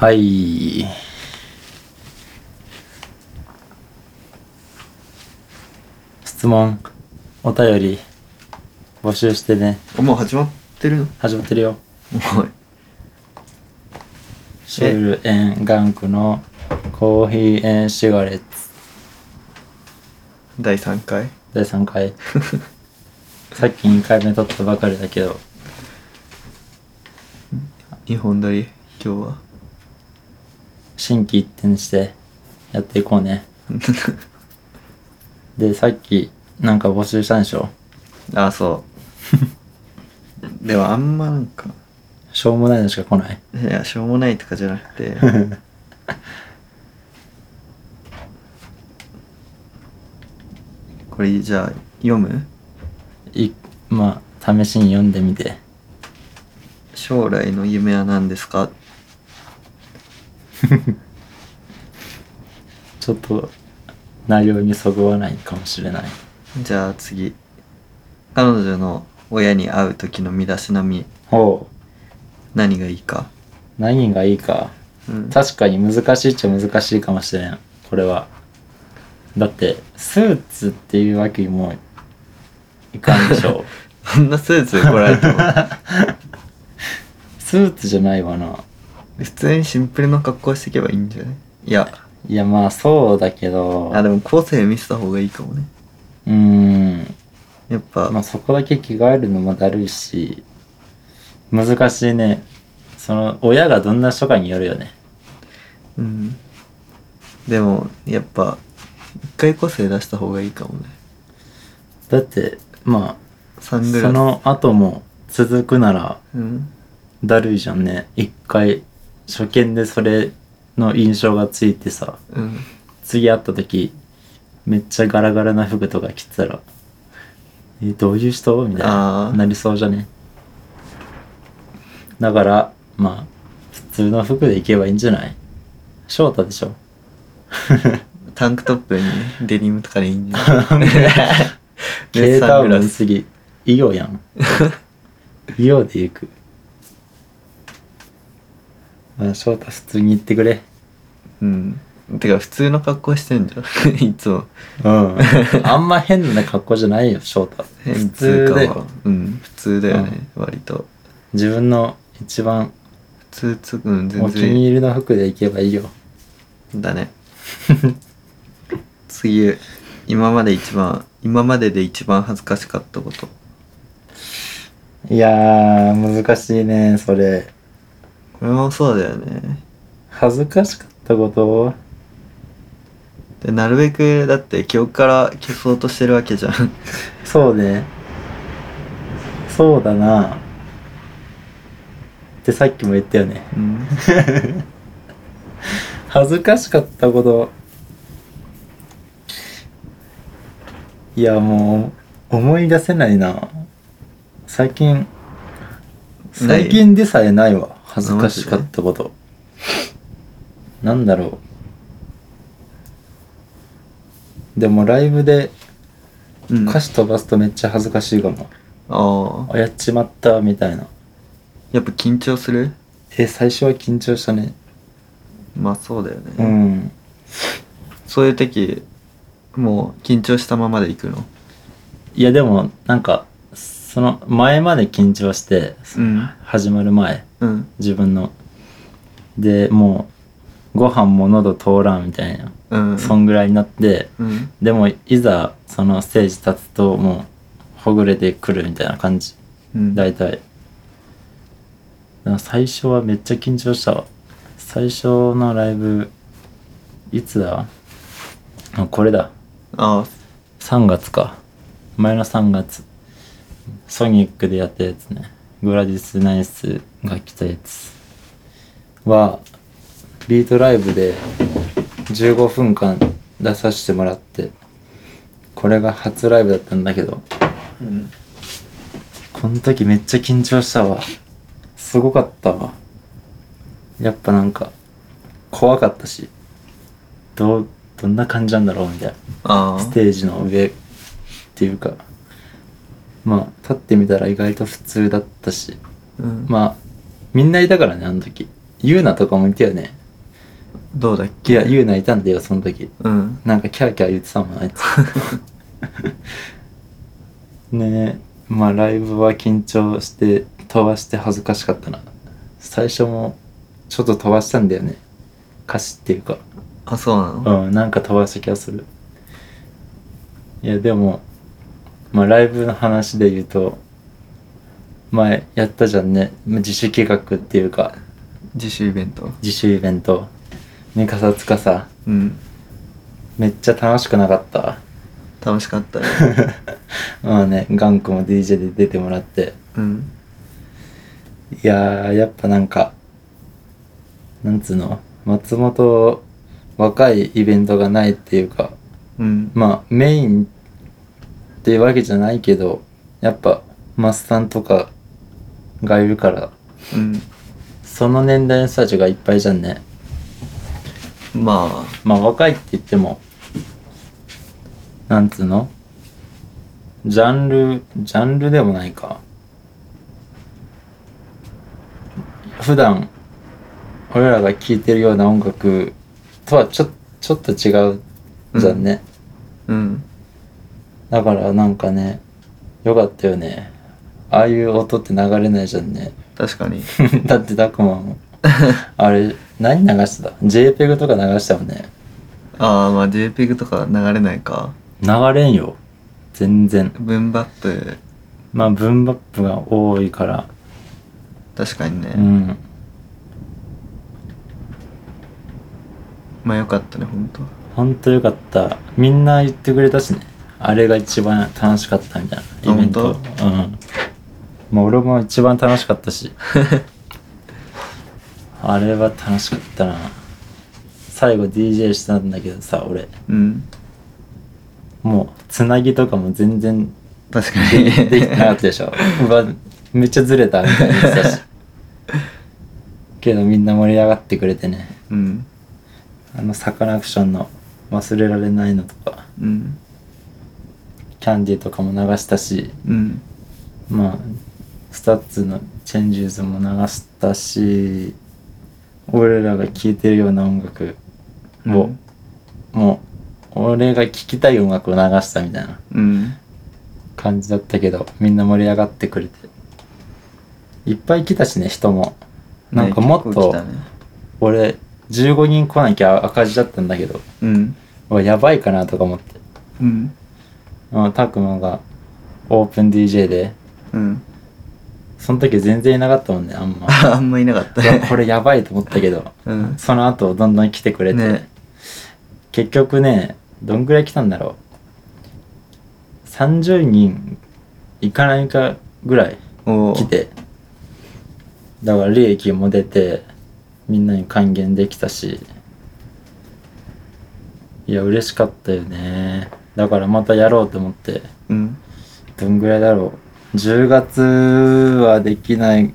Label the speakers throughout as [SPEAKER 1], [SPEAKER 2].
[SPEAKER 1] はい。質問、お便り、募集してね。
[SPEAKER 2] もう始まってるの
[SPEAKER 1] 始まってるよ。
[SPEAKER 2] はい。
[SPEAKER 1] シュールエンガンクのコーヒーエンシガレッツ
[SPEAKER 2] 第3回。
[SPEAKER 1] 第3回。さっき2回目撮ったばかりだけど、
[SPEAKER 2] 日本撮り、今日は。
[SPEAKER 1] 心機一転してやっていこうね。で、さっきなんか募集したんでしょ
[SPEAKER 2] あ、そう。 でもあんまなんか、
[SPEAKER 1] しょうもないのしか来ない。
[SPEAKER 2] いや、しょうもないとかじゃなく て、これじゃあ読む
[SPEAKER 1] いまあ試しに読んでみて
[SPEAKER 2] 将来の夢は何ですか
[SPEAKER 1] ちょっと内容にそぐわないかもしれない
[SPEAKER 2] じゃあ次。彼女の親に会う時の身だしなみ、
[SPEAKER 1] ほう
[SPEAKER 2] 何がいいか。
[SPEAKER 1] 何がいいか
[SPEAKER 2] うん
[SPEAKER 1] 確かに難しいっちゃ難しいかもしれんこれはだってスーツっていうわけにもいかんで しょう
[SPEAKER 2] こんなスーツで来られても。
[SPEAKER 1] スーツじゃないわな
[SPEAKER 2] 普通にシンプルな格好していけばいいんじゃないいや
[SPEAKER 1] いやまあそうだけど
[SPEAKER 2] あでも個性見せた方がいいかもね
[SPEAKER 1] うーん
[SPEAKER 2] やっぱ、
[SPEAKER 1] まあそこだけ着替えるのもだるいし難しいねその親がどんな人かによるよね
[SPEAKER 2] うんでもやっぱ一回個性出した方がいいかもね
[SPEAKER 1] だってまあ
[SPEAKER 2] サングラ
[SPEAKER 1] そ
[SPEAKER 2] ス
[SPEAKER 1] の後も続くなら
[SPEAKER 2] うん
[SPEAKER 1] だるいじゃんね一回初見でそれの印象がついてさ
[SPEAKER 2] うん
[SPEAKER 1] 次会った時めっちゃガラガラな服とか着てたら「えどういう人?」みたい
[SPEAKER 2] あ
[SPEAKER 1] な
[SPEAKER 2] ー
[SPEAKER 1] なりそうじゃねだからまあ普通の服で行けばいいんじゃない翔太でしょ
[SPEAKER 2] タンクトップにねデニムとかで いいんじゃない
[SPEAKER 1] ケー
[SPEAKER 2] で
[SPEAKER 1] タ
[SPEAKER 2] サ
[SPEAKER 1] ウ
[SPEAKER 2] ン
[SPEAKER 1] ン
[SPEAKER 2] グ
[SPEAKER 1] の
[SPEAKER 2] ラス
[SPEAKER 1] 次イオ やんイオで行くまあ翔太普通に行ってくれ
[SPEAKER 2] うんてか普通の格好してんじゃん いつも
[SPEAKER 1] うん、 あんま変な格好じゃないよ翔太普
[SPEAKER 2] 変
[SPEAKER 1] 通
[SPEAKER 2] 通
[SPEAKER 1] で
[SPEAKER 2] かはうん普通だよね、割と
[SPEAKER 1] 自分の一番
[SPEAKER 2] 普通つうん
[SPEAKER 1] お
[SPEAKER 2] 全
[SPEAKER 1] 気
[SPEAKER 2] 然
[SPEAKER 1] に入りの服で行けばいいよ
[SPEAKER 2] だね 次今まで一番今までで一番恥ずかしかったこと
[SPEAKER 1] いやー難しいねそれ
[SPEAKER 2] これもそうだよね
[SPEAKER 1] 恥ずかしかったこと
[SPEAKER 2] でなるべくだって記憶から消そうとしてるわけじゃん
[SPEAKER 1] そうねそうだなってさっきも言ったよね
[SPEAKER 2] うん
[SPEAKER 1] 恥ずかしかったこといやもう思い出せないな最近
[SPEAKER 2] ない
[SPEAKER 1] 最近でさえないわ恥ずかしかったことなんだろうでもライブで
[SPEAKER 2] うん
[SPEAKER 1] 歌詞飛ばすとめっちゃ恥ずかしいかも、
[SPEAKER 2] ああ
[SPEAKER 1] あやっちまったみたいな
[SPEAKER 2] やっぱ緊張する
[SPEAKER 1] え最初は緊張したね
[SPEAKER 2] まあそうだよね、
[SPEAKER 1] うん
[SPEAKER 2] そういう時もう緊張したままで行くの
[SPEAKER 1] いやでもなんかその前まで緊張して、
[SPEAKER 2] うん
[SPEAKER 1] 始まる前
[SPEAKER 2] うん
[SPEAKER 1] 自分のでもうご飯も喉通らんみたいな、
[SPEAKER 2] うん
[SPEAKER 1] そんぐらいになって
[SPEAKER 2] うん
[SPEAKER 1] でもいざそのステージ立つともうほぐれてくるみたいな感じ
[SPEAKER 2] うん
[SPEAKER 1] 大体だから最初はめっちゃ緊張したわ最初のライブいつだあこれだ
[SPEAKER 2] ああ
[SPEAKER 1] 3月か前の3月ソニックでやったやつねグラディス・ナイスが来たやつはビートライブで15分間出させてもらってこれが初ライブだったんだけど
[SPEAKER 2] うん
[SPEAKER 1] この時めっちゃ緊張したわすごかったわやっぱなんか怖かったしどうどんな感じなんだろうみたいな
[SPEAKER 2] あ
[SPEAKER 1] ス
[SPEAKER 2] あ
[SPEAKER 1] テージの上っていうかまあ立ってみたら意外と普通だったし
[SPEAKER 2] うん
[SPEAKER 1] まあみんないたからねあの時ユーナとかもいたよね。
[SPEAKER 2] どうだっ
[SPEAKER 1] い
[SPEAKER 2] け
[SPEAKER 1] や、ユーナいたんだよ、その時。
[SPEAKER 2] うん
[SPEAKER 1] なんかキャーキャー言ってたもん、あいつ。ねえ、まあライブは緊張して、飛ばして恥ずかしかったな。最初も、ちょっと飛ばしたんだよね。歌詞っていうか。
[SPEAKER 2] あそうなの
[SPEAKER 1] うん、なんか飛ばした気がする。いや、でも、まあライブの話で言うと、前やったじゃんね。自主企画っていうか、
[SPEAKER 2] 自主イベント
[SPEAKER 1] 自主イベント。三笠塚さ、
[SPEAKER 2] うん
[SPEAKER 1] めっちゃ楽しくなかった。
[SPEAKER 2] 楽しかったよ
[SPEAKER 1] まあね、頑固も DJ で出てもらって。
[SPEAKER 2] うん
[SPEAKER 1] いやー、やっぱなんか、なんつうの、松本、若いイベントがないっていうか、
[SPEAKER 2] うん
[SPEAKER 1] まあメインっていうわけじゃないけど、やっぱマスさんとかがいるから、
[SPEAKER 2] うん
[SPEAKER 1] その年代の人たちがいっぱいじゃんね。
[SPEAKER 2] ま
[SPEAKER 1] まあ若いって言っても、なんつうのジャンル、ジャンルでもないか。普段、俺らが聴いてるような音楽とはちょちょっと違うじゃんね。
[SPEAKER 2] あうん
[SPEAKER 1] だからなんかね、よかったよね。ああいう音って流れないじゃんね。
[SPEAKER 2] 確かに
[SPEAKER 1] だってダクマ も、あれ、何流してた ?JPEG とか流したもんね。
[SPEAKER 2] ああまあ JPEG とか流れないか
[SPEAKER 1] 流れんよ。全然。
[SPEAKER 2] 分バップ
[SPEAKER 1] まあ、ブンバップが多いから、
[SPEAKER 2] 確かにね、
[SPEAKER 1] うん。
[SPEAKER 2] まあよかったね本当
[SPEAKER 1] ほんとよかった。みんな言ってくれたしね。あれが一番楽しかったみたいな。イベント。うん
[SPEAKER 2] 本。
[SPEAKER 1] まあ、俺も一番楽しかったし。あれは楽しかったな。最後 DJ したんだけどさ、俺。
[SPEAKER 2] うん
[SPEAKER 1] もう、つなぎとかも全然
[SPEAKER 2] 確か
[SPEAKER 1] で
[SPEAKER 2] に
[SPEAKER 1] できてなかったでしょ。うわ、めっちゃずれたみたいな言ってたし。けどみんな盛り上がってくれてね。
[SPEAKER 2] うん
[SPEAKER 1] あのサカナクションの「忘れられないの」とか
[SPEAKER 2] うん
[SPEAKER 1] 「キャンディー」とかも流したし
[SPEAKER 2] うん
[SPEAKER 1] まあスタッツの「チェンジューズ」も流したし俺らが聴いてるような音楽を、もう俺が聴きたい音楽を流したみたいな
[SPEAKER 2] うん
[SPEAKER 1] 感じだったけどみんな盛り上がってくれていっぱい来たしね人もなんかもっ
[SPEAKER 2] ね結
[SPEAKER 1] と、
[SPEAKER 2] 構来たね
[SPEAKER 1] 俺15人来なきゃ赤字だったんだけど
[SPEAKER 2] うん
[SPEAKER 1] うわやばいかなとか思って
[SPEAKER 2] うん
[SPEAKER 1] うん、たくまがオープン DJ で、
[SPEAKER 2] うん
[SPEAKER 1] その時全然いなかったもんね、あんま。
[SPEAKER 2] ああんまいなかった
[SPEAKER 1] うわ
[SPEAKER 2] ね
[SPEAKER 1] これやばいと思ったけど、
[SPEAKER 2] うん
[SPEAKER 1] その後どんどん来てくれて、
[SPEAKER 2] ね
[SPEAKER 1] 結局ね、どんぐらい来たんだろう。30人いかないかぐらい
[SPEAKER 2] おー
[SPEAKER 1] 来て、だから利益も出て、みんなに還元できたし、いや、嬉しかったよね。だからまたやろうと思って、
[SPEAKER 2] うん
[SPEAKER 1] どんぐらいだろう10月はできない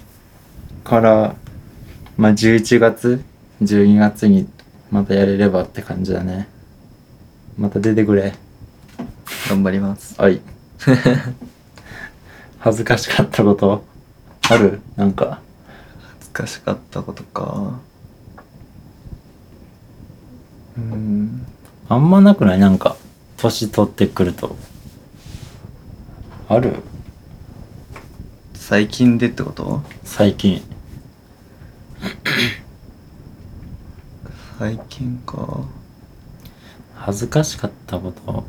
[SPEAKER 1] からまあ11月12月にまたやれればって感じだねまた出てくれ
[SPEAKER 2] 頑張ります
[SPEAKER 1] はい恥ずかしかったことあるなんか
[SPEAKER 2] 恥ずかしかったことかうん
[SPEAKER 1] あんまなくないなんか年取ってくるとある
[SPEAKER 2] 最近でってこと
[SPEAKER 1] 最近
[SPEAKER 2] 最近か
[SPEAKER 1] 恥ずかしかったこと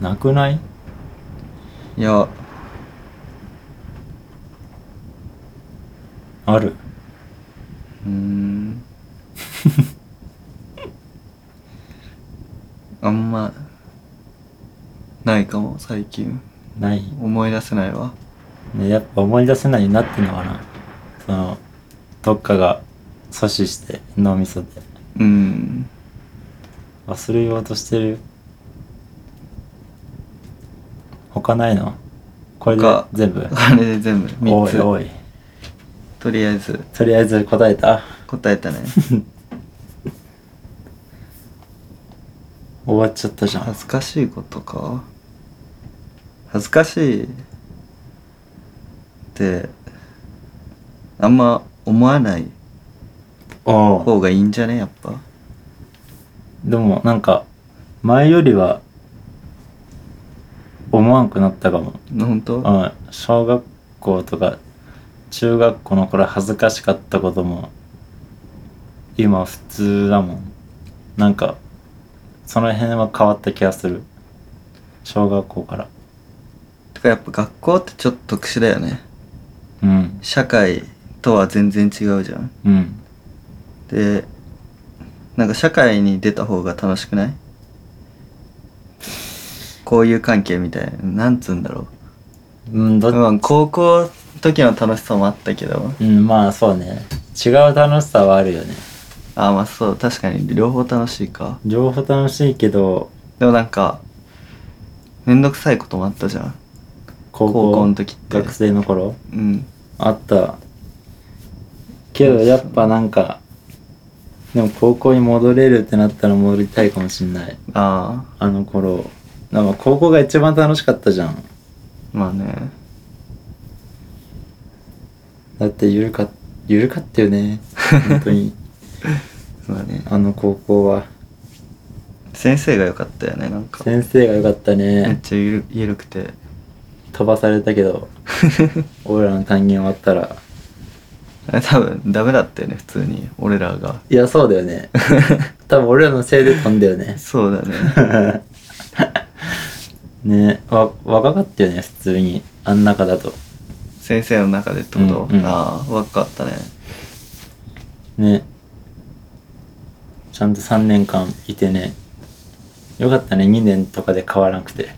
[SPEAKER 1] なくない
[SPEAKER 2] いや
[SPEAKER 1] ある
[SPEAKER 2] うーん あんまないかも最近
[SPEAKER 1] ない、
[SPEAKER 2] 思い出せないわ
[SPEAKER 1] ね、やっぱ思い出せないようになってんのかなそのどっかが阻止して脳みそで
[SPEAKER 2] うん
[SPEAKER 1] 忘れようとしてる他ないのこれで
[SPEAKER 2] 他
[SPEAKER 1] 全 部
[SPEAKER 2] あれで全部
[SPEAKER 1] おい
[SPEAKER 2] 3
[SPEAKER 1] おい
[SPEAKER 2] つとりあえず
[SPEAKER 1] とりあえず答えた
[SPEAKER 2] 答えたね
[SPEAKER 1] 終わっちゃったじゃん
[SPEAKER 2] 恥ずかしいことか恥ずかしいってあんま思わない
[SPEAKER 1] ああ
[SPEAKER 2] 方がいいんじゃねやっぱ
[SPEAKER 1] でもなんか前よりは思わんくなったかも
[SPEAKER 2] 本当
[SPEAKER 1] うん小学校とか中学校の頃恥ずかしかったことも今普通だもんなんかその辺は変わった気がする小学校から
[SPEAKER 2] とかやっぱ学校ってちょっと特殊だよね
[SPEAKER 1] うん
[SPEAKER 2] 社会とは全然違うじゃん
[SPEAKER 1] うん
[SPEAKER 2] でなんか社会に出た方が楽しくないこういう関係みたいななんつうんだろ
[SPEAKER 1] うん
[SPEAKER 2] う、
[SPEAKER 1] ど
[SPEAKER 2] まあ、高校の時の楽しさもあったけど
[SPEAKER 1] うんまあそうね違う楽しさはあるよね
[SPEAKER 2] ああまあそう確かに両方楽しいか
[SPEAKER 1] 両方楽しいけど
[SPEAKER 2] でもなんかめんどくさいこともあったじゃん
[SPEAKER 1] 高校
[SPEAKER 2] 高校の時って
[SPEAKER 1] 学生の頃
[SPEAKER 2] うん
[SPEAKER 1] あったけどやっぱなんかでも高校に戻れるってなったら戻りたいかもしんない
[SPEAKER 2] ああ
[SPEAKER 1] あの頃なんか高校が一番楽しかったじゃん
[SPEAKER 2] まあね
[SPEAKER 1] だってゆるかゆるかったよね本当 に
[SPEAKER 2] そうだね
[SPEAKER 1] あの高校は
[SPEAKER 2] 先生が良かったよねなんか
[SPEAKER 1] 先生が良かった
[SPEAKER 2] めっ
[SPEAKER 1] ね
[SPEAKER 2] ちゃゆるゆるくて
[SPEAKER 1] 飛ばされたけど俺らの単元終わったら
[SPEAKER 2] 多分ダメだったよね普通に俺ら が
[SPEAKER 1] いやそうだよね多分俺らのせいで飛んだよね
[SPEAKER 2] そうだね
[SPEAKER 1] ねわ若かったよね普通にあん中だと
[SPEAKER 2] 先生の中でってこと、
[SPEAKER 1] うんうん
[SPEAKER 2] ああ若かったね
[SPEAKER 1] ねちゃんと3年間いてねよかったね2年とかで変わらなくて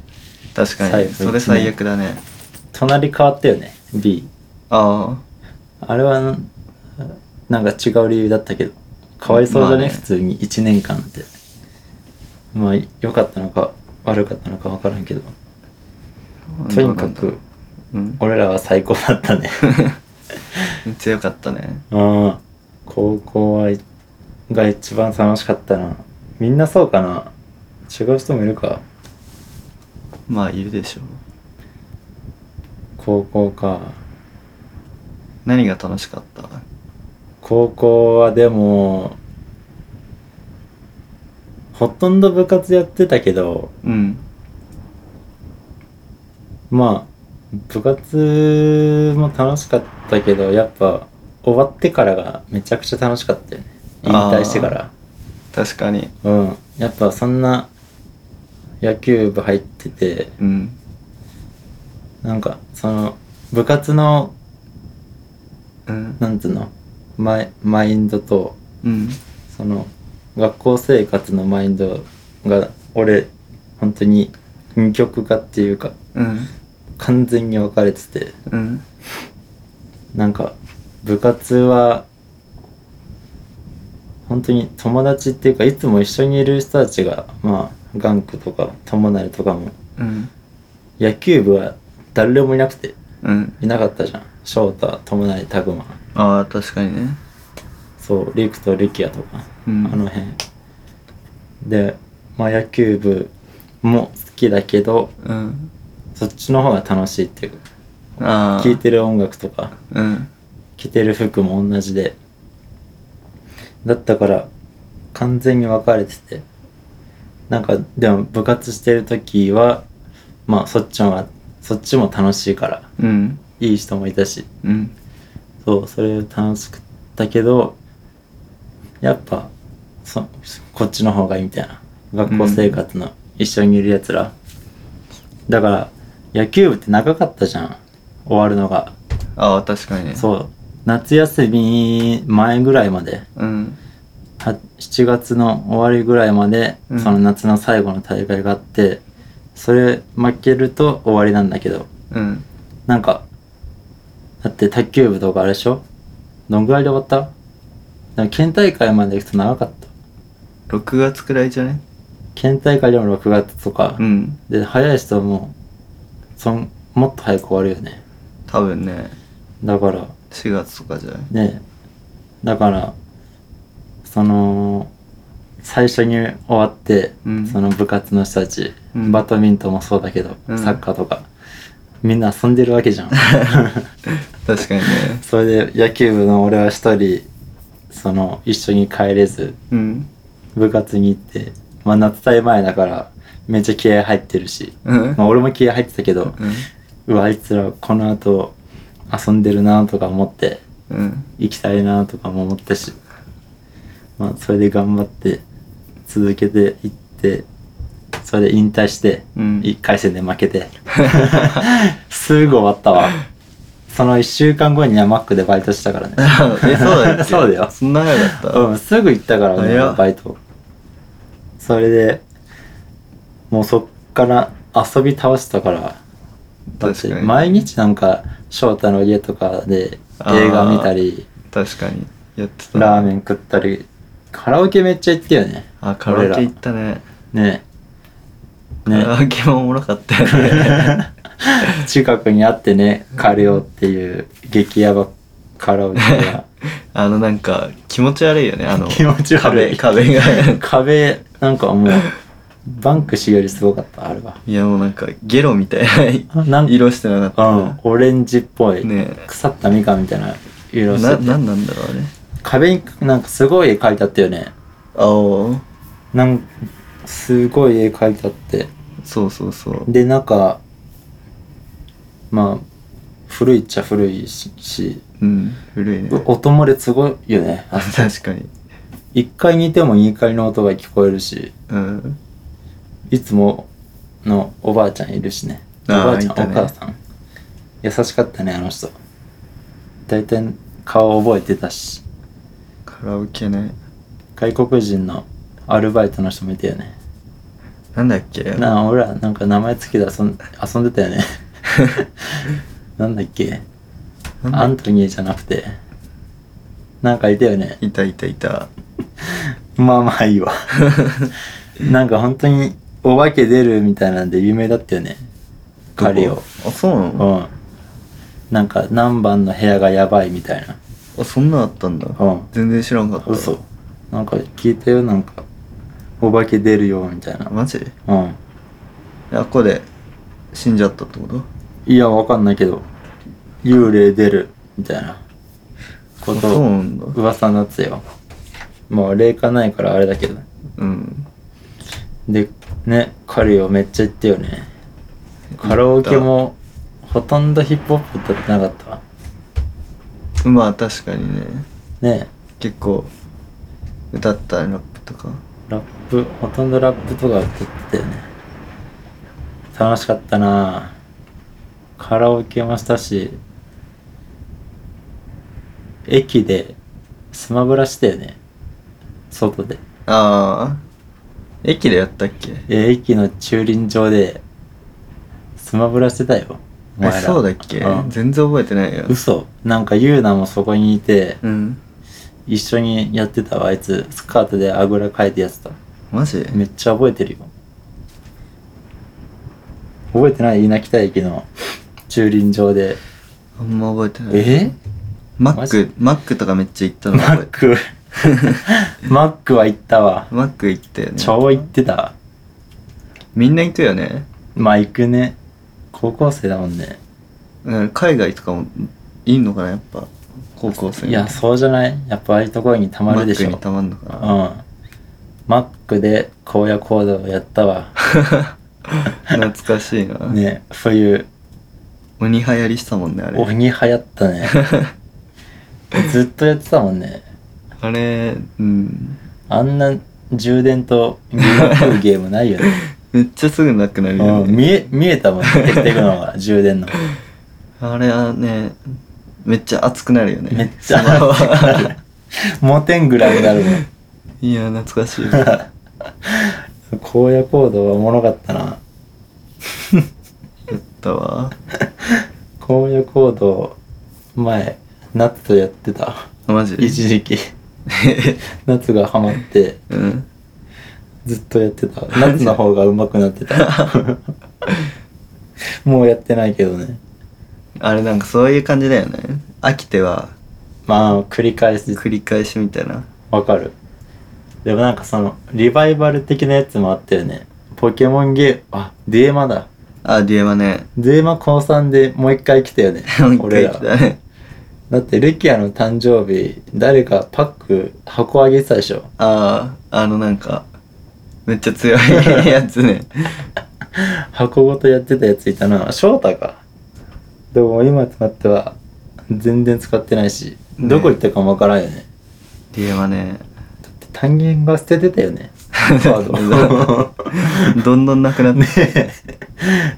[SPEAKER 2] 確か
[SPEAKER 1] 最
[SPEAKER 2] に
[SPEAKER 1] 後
[SPEAKER 2] それ最悪だね
[SPEAKER 1] 隣変わったよね B
[SPEAKER 2] あ
[SPEAKER 1] あれはなんか違う理由だったけどかわいそうだね,、
[SPEAKER 2] まあね
[SPEAKER 1] 普通に1年間ってまあ良かったのか悪かったのか分からんけど
[SPEAKER 2] あ
[SPEAKER 1] とにか
[SPEAKER 2] ど
[SPEAKER 1] く
[SPEAKER 2] うなん だろう
[SPEAKER 1] 俺らは最高だったね
[SPEAKER 2] うんめっちゃ良かったね
[SPEAKER 1] うん高校はが一番楽しかったなみんなそうかな違う人もいるか
[SPEAKER 2] まあいるでしょう
[SPEAKER 1] 高校か
[SPEAKER 2] 何が楽しかった
[SPEAKER 1] 高校はでもほとんど部活やってたけど
[SPEAKER 2] うん
[SPEAKER 1] まあ部活も楽しかったけどやっぱ終わってからがめちゃくちゃ楽しかったよね引退してから
[SPEAKER 2] 確かに
[SPEAKER 1] うんやっぱそんな野球部入ってて
[SPEAKER 2] うん
[SPEAKER 1] なんかその部活の
[SPEAKER 2] うん
[SPEAKER 1] なんつうのマイマインドと
[SPEAKER 2] うん
[SPEAKER 1] その学校生活のマインドが俺本当に二極化っていうか
[SPEAKER 2] うん
[SPEAKER 1] 完全に分かれてて
[SPEAKER 2] うん
[SPEAKER 1] なんか部活は本当に友達っていうかいつも一緒にいる人たちがまあ頑固とか友成とかも
[SPEAKER 2] うん
[SPEAKER 1] 野球部は誰もいなくて
[SPEAKER 2] うん
[SPEAKER 1] いなかったじゃん翔太友成拓磨
[SPEAKER 2] ああ確かにね
[SPEAKER 1] そう陸と力也とか
[SPEAKER 2] うん
[SPEAKER 1] あの辺でまあ野球部も好きだけど
[SPEAKER 2] うん
[SPEAKER 1] そっちの方が楽しいっていう
[SPEAKER 2] ああ
[SPEAKER 1] 聴いてる音楽とか
[SPEAKER 2] うん
[SPEAKER 1] 着てる服も同じでだったから完全に分かれててなんかでも部活してる時はまあそっちの方がそっちも楽しいから
[SPEAKER 2] うん
[SPEAKER 1] いい人もいたし
[SPEAKER 2] うん
[SPEAKER 1] そうそれ楽しかったけどやっぱそこっちの方がいいみたいな学校生活の一緒にいるやつら、だから野球部って長かったじゃん終わるのが
[SPEAKER 2] ああ確かにね
[SPEAKER 1] そう夏休み前ぐらいまで
[SPEAKER 2] うん
[SPEAKER 1] は7月の終わりぐらいまで、
[SPEAKER 2] うん
[SPEAKER 1] その夏の最後の大会があってそれ負けると終わりなんだけど
[SPEAKER 2] うん
[SPEAKER 1] なんかだって卓球部とかあれでしょどんぐらいで終わったでも県大会まで行くと長かった
[SPEAKER 2] 6月くらいじゃね
[SPEAKER 1] 県大会でも6月とか、
[SPEAKER 2] うん
[SPEAKER 1] で早い人はもうそんもっと早く終わるよね
[SPEAKER 2] 多分ね
[SPEAKER 1] だから
[SPEAKER 2] 4月とかじゃ ない
[SPEAKER 1] でだからその最初に終わって、
[SPEAKER 2] うん
[SPEAKER 1] その部活の人たち、
[SPEAKER 2] うん
[SPEAKER 1] バドミントンもそうだけど、
[SPEAKER 2] うん
[SPEAKER 1] サッカーとかみんな遊んでるわけ じゃん
[SPEAKER 2] 確かにね
[SPEAKER 1] それで野球部の俺は一人その一緒に帰れず
[SPEAKER 2] うん
[SPEAKER 1] 部活に行ってまあ夏大前だからめっちゃ気合入ってるし、
[SPEAKER 2] うん
[SPEAKER 1] まあ、俺も気合入ってたけど、うわあいつらこの後遊んでるなとか思って
[SPEAKER 2] うんうん
[SPEAKER 1] 行きたいなとかも思ったしまあそれで頑張って続けていってそれで引退して
[SPEAKER 2] うん
[SPEAKER 1] 1回戦で負け てすぐ終わったわその1週間後にはマックでバイトしたからね
[SPEAKER 2] えそうだ よ
[SPEAKER 1] そうだよ
[SPEAKER 2] そんな長かった、
[SPEAKER 1] うんすぐ行ったからね
[SPEAKER 2] 早っ
[SPEAKER 1] バイトそれでもうそっから遊び倒したからだっ
[SPEAKER 2] 確
[SPEAKER 1] て
[SPEAKER 2] かに
[SPEAKER 1] 毎日なんか翔太の家とかで映画見たり
[SPEAKER 2] 確かにやってた
[SPEAKER 1] ラーメン食ったりカラオケめっちゃ行ったよね
[SPEAKER 2] あカラオケ行ったね
[SPEAKER 1] 俺らね
[SPEAKER 2] カラ
[SPEAKER 1] ね
[SPEAKER 2] オケもおもろかったよ ね
[SPEAKER 1] 近くにあってね借りようっていう激ヤバカラオケが
[SPEAKER 2] あのなんか気持ち悪いよね あの
[SPEAKER 1] 気持ち悪い
[SPEAKER 2] 壁壁が
[SPEAKER 1] 壁なんかもうバンクシーよりすごかったあれはい
[SPEAKER 2] やもうなんかゲロみたい
[SPEAKER 1] あな
[SPEAKER 2] なん色してな
[SPEAKER 1] う
[SPEAKER 2] か
[SPEAKER 1] ん
[SPEAKER 2] っ
[SPEAKER 1] オレンジっぽい、
[SPEAKER 2] たね
[SPEAKER 1] 腐ったみかんみたいな色し
[SPEAKER 2] な
[SPEAKER 1] てて
[SPEAKER 2] なんなんだろうあれ
[SPEAKER 1] 壁になんかすごい絵描いてあったよね
[SPEAKER 2] ああ
[SPEAKER 1] なんすごい絵描いてあって
[SPEAKER 2] そうそうそう
[SPEAKER 1] でなんかまあ古いっちゃ古いしし
[SPEAKER 2] うん古いね
[SPEAKER 1] う音漏れすごいよね
[SPEAKER 2] あ確かに
[SPEAKER 1] 1階にいても2階の音が聞こえるし
[SPEAKER 2] うん
[SPEAKER 1] いつものおばあちゃんいるしねお
[SPEAKER 2] あー
[SPEAKER 1] ばあちゃん、
[SPEAKER 2] いたね
[SPEAKER 1] お母さん優しかったねあの人大体顔覚えてたし
[SPEAKER 2] カラオケね
[SPEAKER 1] 外国人のアルバイトの人もいたよね
[SPEAKER 2] なんだっけ
[SPEAKER 1] なあ俺らなんか名前付けて遊ん遊んでたよ ねなんだっけ
[SPEAKER 2] なん
[SPEAKER 1] ア
[SPEAKER 2] だ
[SPEAKER 1] ントニーじゃなくてなんかいたよね
[SPEAKER 2] いたいたい た
[SPEAKER 1] まあまあい いわなんか本当にお化け出るみたいなんで有名だったよねカリ
[SPEAKER 2] ど
[SPEAKER 1] オ
[SPEAKER 2] こあそうな
[SPEAKER 1] う
[SPEAKER 2] の
[SPEAKER 1] んなんか何番の部屋がやばいみたいな
[SPEAKER 2] あそんなんあったんだ
[SPEAKER 1] うん
[SPEAKER 2] 全然知らんかった
[SPEAKER 1] 嘘なんか聞いたよなんかお化け出るよみたいな
[SPEAKER 2] マジ
[SPEAKER 1] うん
[SPEAKER 2] あここで死んじゃったってこと
[SPEAKER 1] いやわかんないけど幽霊出るみたいなこ
[SPEAKER 2] あそう
[SPEAKER 1] と
[SPEAKER 2] なんだ
[SPEAKER 1] 噂になってたよまあ霊感ないからあれだけど
[SPEAKER 2] うん
[SPEAKER 1] でねカリオめっちゃ行ったよねカラオケもほとんどヒップホップ歌ってなかったわ
[SPEAKER 2] まあ確かにね
[SPEAKER 1] ね
[SPEAKER 2] 結構歌ったラップとか
[SPEAKER 1] ラップほとんどラップとか歌ってたよね楽しかったなぁカラオケもしたし駅でスマブラしたよね外で
[SPEAKER 2] ああ駅でやったっけ
[SPEAKER 1] え駅の駐輪場でスマブラしてたよお
[SPEAKER 2] え
[SPEAKER 1] 前ら
[SPEAKER 2] そうだっけ
[SPEAKER 1] うん
[SPEAKER 2] 全然覚えてないよ
[SPEAKER 1] 嘘なんかユーナもそこにいて
[SPEAKER 2] うん
[SPEAKER 1] 一緒にやってたわあいつスカートであぐらかいてやってた
[SPEAKER 2] マジ
[SPEAKER 1] めっちゃ覚えてるよ覚えてない稲北駅の駐輪場で
[SPEAKER 2] あんま覚えてない
[SPEAKER 1] え
[SPEAKER 2] マ
[SPEAKER 1] マ
[SPEAKER 2] ッ
[SPEAKER 1] ジ
[SPEAKER 2] クマックとかめっちゃ行った
[SPEAKER 1] マ
[SPEAKER 2] の覚え
[SPEAKER 1] ック マックは行ったわ
[SPEAKER 2] マック行ったよね
[SPEAKER 1] 超行ってた
[SPEAKER 2] みんな行くよね
[SPEAKER 1] まあ行くね高校生だもんね
[SPEAKER 2] うん海外とかもいんのかなやっぱ高校生
[SPEAKER 1] いやそうじゃないやっぱああいうところにたまるでしょ
[SPEAKER 2] マックにたまんのかな
[SPEAKER 1] うんマックで荒野行動をやったわ
[SPEAKER 2] 懐かしいな、
[SPEAKER 1] ね冬
[SPEAKER 2] 鬼流行りしたもんねあれ
[SPEAKER 1] 鬼流行ったね ずっとやってたもんね
[SPEAKER 2] あれうん
[SPEAKER 1] あんな充電とゲーム食うゲームないよね、
[SPEAKER 2] めっちゃすぐなくなるよ
[SPEAKER 1] うん、
[SPEAKER 2] ね
[SPEAKER 1] 見え見えたもんね減っていくのが充電の
[SPEAKER 2] あれはねめっちゃ熱くなるよね
[SPEAKER 1] めっちゃ
[SPEAKER 2] そ の
[SPEAKER 1] 熱くなるモテんぐらいになるもん
[SPEAKER 2] いや懐かしい
[SPEAKER 1] 荒野行動はおもろかったな
[SPEAKER 2] やったわ
[SPEAKER 1] 荒野行動前ナツとやってた
[SPEAKER 2] あマジ
[SPEAKER 1] 一時期ナツがハマって
[SPEAKER 2] うん
[SPEAKER 1] ずっとやってたナツの方が上手くなって たもうやってないけどね
[SPEAKER 2] あれなんかそういう感じだよね飽きては
[SPEAKER 1] まあ繰り返し
[SPEAKER 2] 繰り返しみたいな
[SPEAKER 1] わかるでもなんかそのリバイバル的なやつもあったよねポケモンゲーあデーマだ
[SPEAKER 2] あ、デュエマね。
[SPEAKER 1] デーマ高3でもう一回来たよね
[SPEAKER 2] もう一
[SPEAKER 1] 俺
[SPEAKER 2] 回
[SPEAKER 1] ら
[SPEAKER 2] 来たね。
[SPEAKER 1] だってルキアの誕生日誰かパック箱あげてたでしょ
[SPEAKER 2] ああ、あのなんか、めっちゃ強い やつね。
[SPEAKER 1] 箱ごとやってたやついたな翔太かでも今となっては全然使ってないし、
[SPEAKER 2] ね
[SPEAKER 1] どこ行ったかもわからんよね
[SPEAKER 2] デュエマ
[SPEAKER 1] だ
[SPEAKER 2] ね。
[SPEAKER 1] って単元が捨ててたよ ねカード
[SPEAKER 2] どんどんなくなって。
[SPEAKER 1] ねえ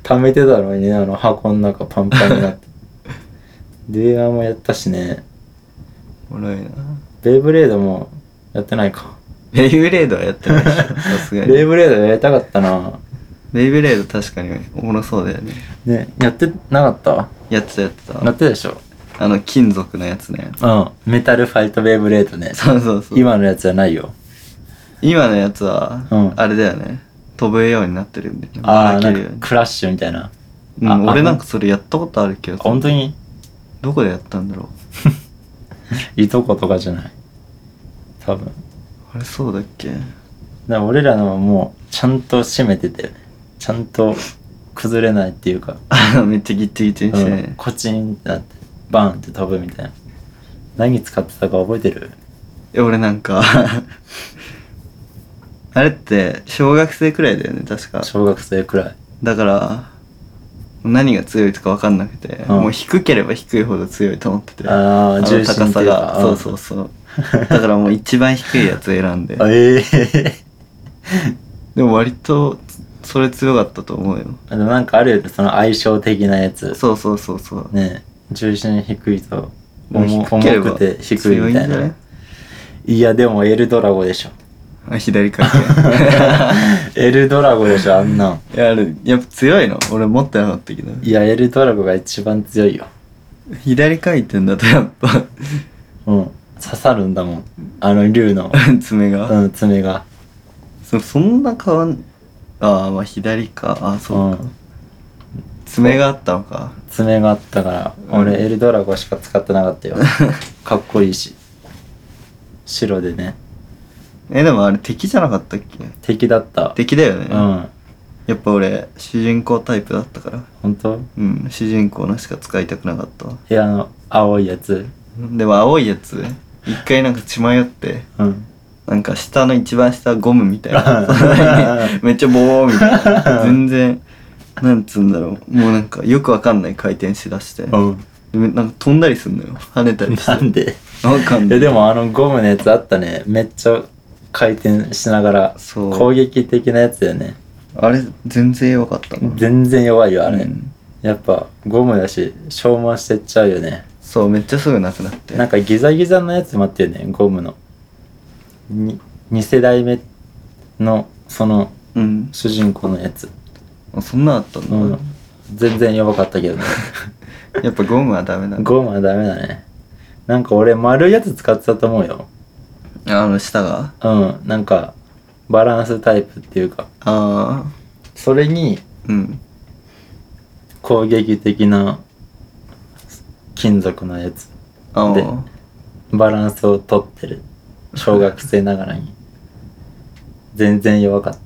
[SPEAKER 1] 貯めてたのにねあの箱の中パンパンにな ってデーアもやったしね
[SPEAKER 2] おもろいな。
[SPEAKER 1] ベイブレードもやってないか
[SPEAKER 2] ベイブレードはやってないでしょ。さすがに。
[SPEAKER 1] ベイブレードやりたかったな
[SPEAKER 2] ベイブレード確かにおもろそうだよね。
[SPEAKER 1] ねやってなかっ
[SPEAKER 2] やってたやって
[SPEAKER 1] たな
[SPEAKER 2] た
[SPEAKER 1] っ。てたでしょ
[SPEAKER 2] あの、金属のやつね。
[SPEAKER 1] うんメタルファイトベイブレードね
[SPEAKER 2] そうそうそう。
[SPEAKER 1] 今のやつじゃないよ
[SPEAKER 2] 今のやつは、
[SPEAKER 1] うん
[SPEAKER 2] あれだよね。飛べるようになってるんで。
[SPEAKER 1] ああ
[SPEAKER 2] ば
[SPEAKER 1] な
[SPEAKER 2] らけるようん
[SPEAKER 1] かクラッシュみたいな
[SPEAKER 2] に
[SPEAKER 1] あ
[SPEAKER 2] うん、
[SPEAKER 1] あ
[SPEAKER 2] 俺なんかそれやったことあるけど。
[SPEAKER 1] 本当に
[SPEAKER 2] どこでやったんだろう。
[SPEAKER 1] いとことかじゃない多分だか
[SPEAKER 2] あれそうだっけ
[SPEAKER 1] ら俺らのはもうちゃんと締めててちゃんと崩れないっていうか
[SPEAKER 2] あめっちゃギッチギチにして
[SPEAKER 1] う
[SPEAKER 2] ね
[SPEAKER 1] ん、。コチンってなってバンって飛ぶみたいな何使ってたか覚えてる
[SPEAKER 2] え俺なんか あれって小学生くらいだよね確か
[SPEAKER 1] 小学生くらい
[SPEAKER 2] だから何が強いとか分かんなくて、
[SPEAKER 1] うん
[SPEAKER 2] もう低ければ低いほど強いと思ってて
[SPEAKER 1] あー
[SPEAKER 2] の
[SPEAKER 1] 重心
[SPEAKER 2] 高
[SPEAKER 1] って
[SPEAKER 2] さ
[SPEAKER 1] いうか
[SPEAKER 2] が
[SPEAKER 1] う
[SPEAKER 2] そ
[SPEAKER 1] ん
[SPEAKER 2] うそうそうだからもう一番低いやつ選 んで
[SPEAKER 1] ええ
[SPEAKER 2] でも割とそれ強かったと思うよ
[SPEAKER 1] あのなんかあるよねその相性的なやつ
[SPEAKER 2] そうそうそうそう
[SPEAKER 1] ね重心低いと
[SPEAKER 2] もう
[SPEAKER 1] 重
[SPEAKER 2] 低けれ
[SPEAKER 1] 重
[SPEAKER 2] ば
[SPEAKER 1] くて低いみたい
[SPEAKER 2] 強いんじゃない
[SPEAKER 1] ないやでもエルドラゴで しょ
[SPEAKER 2] あ左から
[SPEAKER 1] エルドラゴでしょあんなん
[SPEAKER 2] いやあれやっぱ強いの俺持ってなかったけど
[SPEAKER 1] いやエルドラゴが一番強いよ
[SPEAKER 2] 左回転だとやっぱ
[SPEAKER 1] うん刺さるんだもんあの竜 の、
[SPEAKER 2] 爪が、
[SPEAKER 1] うん、爪が
[SPEAKER 2] そそんな変わんああまあ左かあそうか、
[SPEAKER 1] うん
[SPEAKER 2] 爪があったのか
[SPEAKER 1] 爪があったから、
[SPEAKER 2] うん
[SPEAKER 1] 俺エルドラゴしか使ってなかった よかっこいいし白でね
[SPEAKER 2] えでもあれ敵じゃなかったっけ
[SPEAKER 1] 敵だった
[SPEAKER 2] 敵だよね、
[SPEAKER 1] うん
[SPEAKER 2] やっぱ俺主人公タイプだったから
[SPEAKER 1] 本当
[SPEAKER 2] うん主人公のしか使いたくなかったわ
[SPEAKER 1] 部屋の青いやつ
[SPEAKER 2] でも青いやつ一回なんか血迷って
[SPEAKER 1] うん
[SPEAKER 2] なんか下の一番下ゴムみたいな
[SPEAKER 1] うん
[SPEAKER 2] めっちゃボーみたいな全然なんつうんだろうもうなんかよくわかんない回転しだして、
[SPEAKER 1] うん
[SPEAKER 2] でなんか飛んだりすんのよ跳ねたりして
[SPEAKER 1] なんで
[SPEAKER 2] わか
[SPEAKER 1] い
[SPEAKER 2] んない
[SPEAKER 1] やでもあのゴムのやつあったねめっちゃ回転しながら
[SPEAKER 2] そう
[SPEAKER 1] 攻撃的なやつだよね
[SPEAKER 2] あれ全然弱かったな
[SPEAKER 1] 全然弱いよあれ、
[SPEAKER 2] うん
[SPEAKER 1] やっぱゴムだし消耗してっちゃうよね
[SPEAKER 2] そうめっちゃすぐなくなって
[SPEAKER 1] なんかギザギザのやつもあったよねゴムのに2世代目のその
[SPEAKER 2] うん
[SPEAKER 1] 主人公のやつ、
[SPEAKER 2] あそんなあったんだ、
[SPEAKER 1] うん、全然弱かったけどね
[SPEAKER 2] やっぱゴムはダメだ
[SPEAKER 1] ゴムはダメだねなんか俺丸いやつ使ってたと思うよ
[SPEAKER 2] あの下が
[SPEAKER 1] うんなんかバランスタイプっていうか
[SPEAKER 2] ああ
[SPEAKER 1] それに
[SPEAKER 2] うん
[SPEAKER 1] 攻撃的な金属のやつ
[SPEAKER 2] あ
[SPEAKER 1] で
[SPEAKER 2] あ
[SPEAKER 1] バランスをとってる小学生ながらに全然弱かっ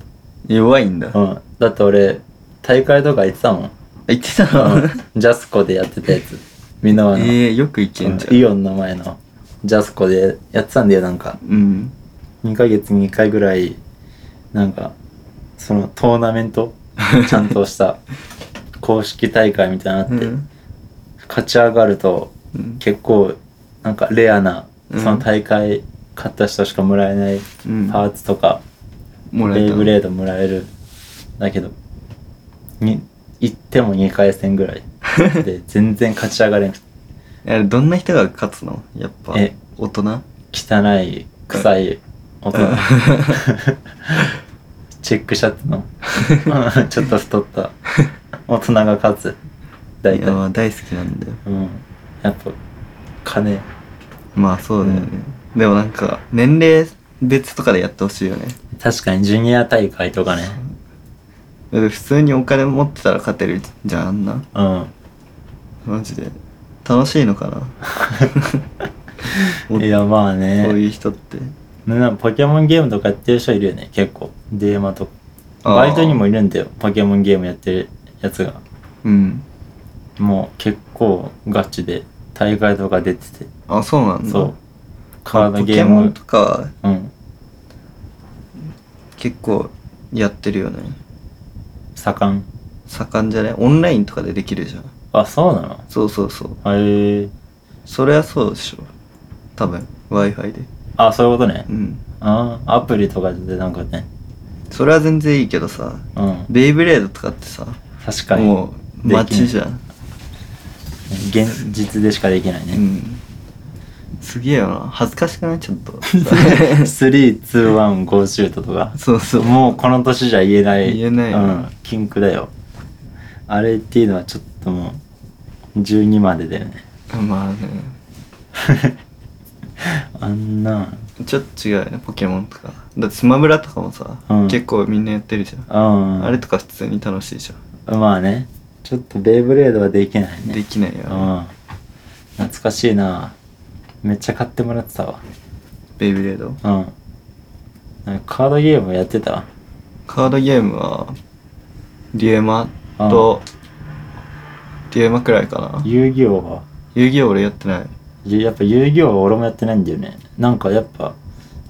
[SPEAKER 2] 弱いんだ
[SPEAKER 1] た、うん、だって俺大会とか行ってたもん、
[SPEAKER 2] 言ってたの
[SPEAKER 1] うん、ジャスコでやってたやつ箕輪の、
[SPEAKER 2] ええよくいけんじゃ
[SPEAKER 1] うん
[SPEAKER 2] ん
[SPEAKER 1] イオンの前のジャスコでやってたんだよなんか
[SPEAKER 2] うん
[SPEAKER 1] 2ヶ月に1回ぐらいなんかそのトーナメン トちゃんとした公式大会みたいなのあって、
[SPEAKER 2] うん
[SPEAKER 1] 勝ち上がると
[SPEAKER 2] うん
[SPEAKER 1] 結構なんかレアな
[SPEAKER 2] うん
[SPEAKER 1] その大会勝った人しかもらえない
[SPEAKER 2] うん
[SPEAKER 1] パーツとか、
[SPEAKER 2] もら
[SPEAKER 1] ベ
[SPEAKER 2] え
[SPEAKER 1] イ
[SPEAKER 2] た
[SPEAKER 1] ブレードもらえるだけどに行っても2回戦ぐらい で全然勝ち上がれなくて
[SPEAKER 2] あれどんな人が勝つのやっぱ
[SPEAKER 1] え
[SPEAKER 2] 大人
[SPEAKER 1] 汚い臭い大 人
[SPEAKER 2] うん
[SPEAKER 1] チェックシャツ のちょっと太った大人が勝つ大
[SPEAKER 2] いやまあ
[SPEAKER 1] 体
[SPEAKER 2] 大好きなんだよ
[SPEAKER 1] うんやっぱ金
[SPEAKER 2] まあそうだよね、でもなんか年齢別とかでやってほしいよね
[SPEAKER 1] 確かにジュニア大会とかね
[SPEAKER 2] だって普通にお金持ってたら勝てるじゃんあんな
[SPEAKER 1] うん
[SPEAKER 2] マジで楽しいのかな
[SPEAKER 1] いやまあね
[SPEAKER 2] そういう人って
[SPEAKER 1] ねなんかポケモンゲームとかやってる人いるよね結構デーマとか
[SPEAKER 2] あー
[SPEAKER 1] バイトにもいるんだよポケモンゲームやってるやつが
[SPEAKER 2] うん
[SPEAKER 1] もう結構ガチで大会とか出てて
[SPEAKER 2] あそうなんだ
[SPEAKER 1] そうカード
[SPEAKER 2] ポ
[SPEAKER 1] ゲ
[SPEAKER 2] ケ
[SPEAKER 1] ー
[SPEAKER 2] モン
[SPEAKER 1] ム
[SPEAKER 2] とか
[SPEAKER 1] うん
[SPEAKER 2] 結構やってるよね
[SPEAKER 1] 盛ん
[SPEAKER 2] 盛んじゃないオンラインとかでできるじゃん
[SPEAKER 1] あそうなの
[SPEAKER 2] そうそうそう
[SPEAKER 1] へえ
[SPEAKER 2] それはそうでしょ多分 w i f i で
[SPEAKER 1] あそういうことね
[SPEAKER 2] うん
[SPEAKER 1] ああアプリとかでなんかね
[SPEAKER 2] それは全然いいけどさ
[SPEAKER 1] うん
[SPEAKER 2] ベイブレードとかってさ
[SPEAKER 1] 確かに
[SPEAKER 2] もう
[SPEAKER 1] できない
[SPEAKER 2] 街じゃん
[SPEAKER 1] 現実でしかできないうね、
[SPEAKER 2] んすげえよな恥ずかしくないちょっ と
[SPEAKER 1] 321ゴーシュートとか
[SPEAKER 2] そうそう
[SPEAKER 1] もうこの年じゃ言えない
[SPEAKER 2] 言えないよ
[SPEAKER 1] うん、禁句だよあれっていうのはちょっともう12までだよね
[SPEAKER 2] まあね
[SPEAKER 1] あんな
[SPEAKER 2] ちょっと違うよねポケモンとかだってスマブラとかもさ、
[SPEAKER 1] うん
[SPEAKER 2] 結構みんなやってるじゃん、
[SPEAKER 1] うん
[SPEAKER 2] あれとか普通に楽しいじゃ
[SPEAKER 1] まあねちょっとベイブレードはできない
[SPEAKER 2] ん、
[SPEAKER 1] ね
[SPEAKER 2] できないよね、
[SPEAKER 1] うん懐かしいなめっちゃ買ってもらってたわ
[SPEAKER 2] ベイブレード
[SPEAKER 1] うんなんかカードゲームやってた
[SPEAKER 2] カードゲームはリュエマとリュエマくらいかな
[SPEAKER 1] 遊戯王は
[SPEAKER 2] 遊戯王俺やってない
[SPEAKER 1] ゆやっぱ遊戯王は俺もやってないんだよねなんかやっぱ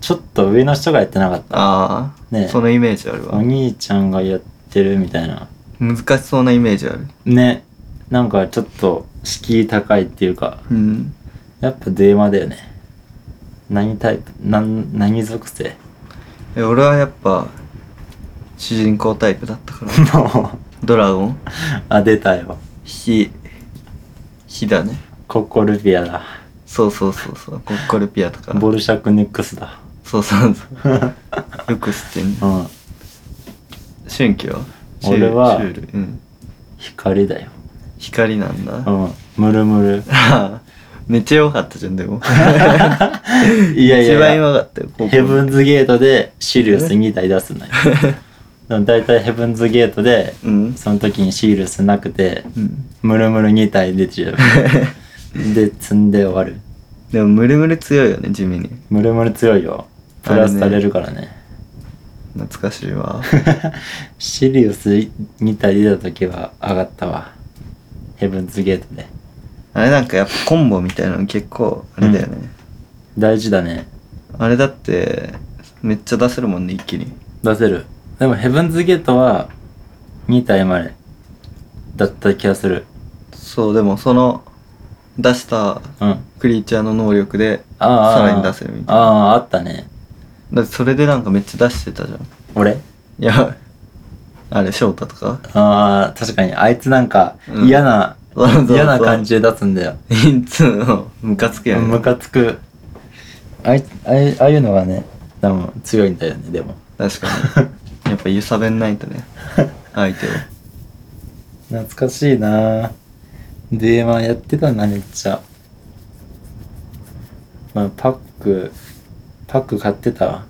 [SPEAKER 1] ちょっと上の人がやってなかった
[SPEAKER 2] ああ、
[SPEAKER 1] ねえ
[SPEAKER 2] そのイメージある
[SPEAKER 1] お
[SPEAKER 2] わ
[SPEAKER 1] 兄ちゃんがやってるみたいな
[SPEAKER 2] 難しそうなイメージある
[SPEAKER 1] ねなんかちょっと敷居高いっていうか
[SPEAKER 2] うん
[SPEAKER 1] やっぱデーマだよね何タイプなん何属性
[SPEAKER 2] え俺はやっぱ主人公タイプだったか ら
[SPEAKER 1] もう
[SPEAKER 2] ドラゴン
[SPEAKER 1] あ出たよ
[SPEAKER 2] 火火だね
[SPEAKER 1] ココルピアだ
[SPEAKER 2] そうそうそうそうコッコルピアとか
[SPEAKER 1] ボルシャクネックスだ
[SPEAKER 2] そうそうそうよく知ってんね
[SPEAKER 1] うん
[SPEAKER 2] 春季はシュール
[SPEAKER 1] 俺は
[SPEAKER 2] シュールうん
[SPEAKER 1] 光だよ
[SPEAKER 2] 光なんだ、
[SPEAKER 1] うんムルム ル
[SPEAKER 2] めっちゃ良かったじゃんでも
[SPEAKER 1] いやい
[SPEAKER 2] 一
[SPEAKER 1] や
[SPEAKER 2] 番
[SPEAKER 1] いや
[SPEAKER 2] 良かったよ高校
[SPEAKER 1] ヘブンズゲートでシリウス2台出すんだよでも大体ヘブンズゲートで
[SPEAKER 2] うん
[SPEAKER 1] その時にシールスなくて
[SPEAKER 2] うん
[SPEAKER 1] ムルムル2体出て るで積んで終わる
[SPEAKER 2] でもムルムル強いよね地味に
[SPEAKER 1] ムルムル強いよプラスされるからね
[SPEAKER 2] 懐かしい わ
[SPEAKER 1] シリウス2体出た時は上がったわヘブンズゲートで
[SPEAKER 2] あれなんかやっぱコンボみたいなの結構あれだよね、
[SPEAKER 1] 大事だね
[SPEAKER 2] あれだってめっちゃ出せるもんね一気に
[SPEAKER 1] 出せるでもヘブンズゲートは2体までだった気がする
[SPEAKER 2] そうでもその出した
[SPEAKER 1] うん
[SPEAKER 2] クリーチャーの能力で
[SPEAKER 1] ああ
[SPEAKER 2] さらに出せるみたい
[SPEAKER 1] あ
[SPEAKER 2] な
[SPEAKER 1] ああったね
[SPEAKER 2] だってそれでなんかめっちゃ出してたじゃんい
[SPEAKER 1] 俺
[SPEAKER 2] やあれ翔太とか
[SPEAKER 1] ああ確かにあいつなんか
[SPEAKER 2] うん
[SPEAKER 1] 嫌な、
[SPEAKER 2] そうそうそう
[SPEAKER 1] 嫌な感じで出すんだよ
[SPEAKER 2] いつもムカつくよね
[SPEAKER 1] ムカつくあいあいああいうのがね多分強いんだよねでも
[SPEAKER 2] 確かにやっぱ揺さべんないと ね相手を
[SPEAKER 1] 懐かしいなでまあやってたなめっちゃ、まあ、パックパック買ってたわ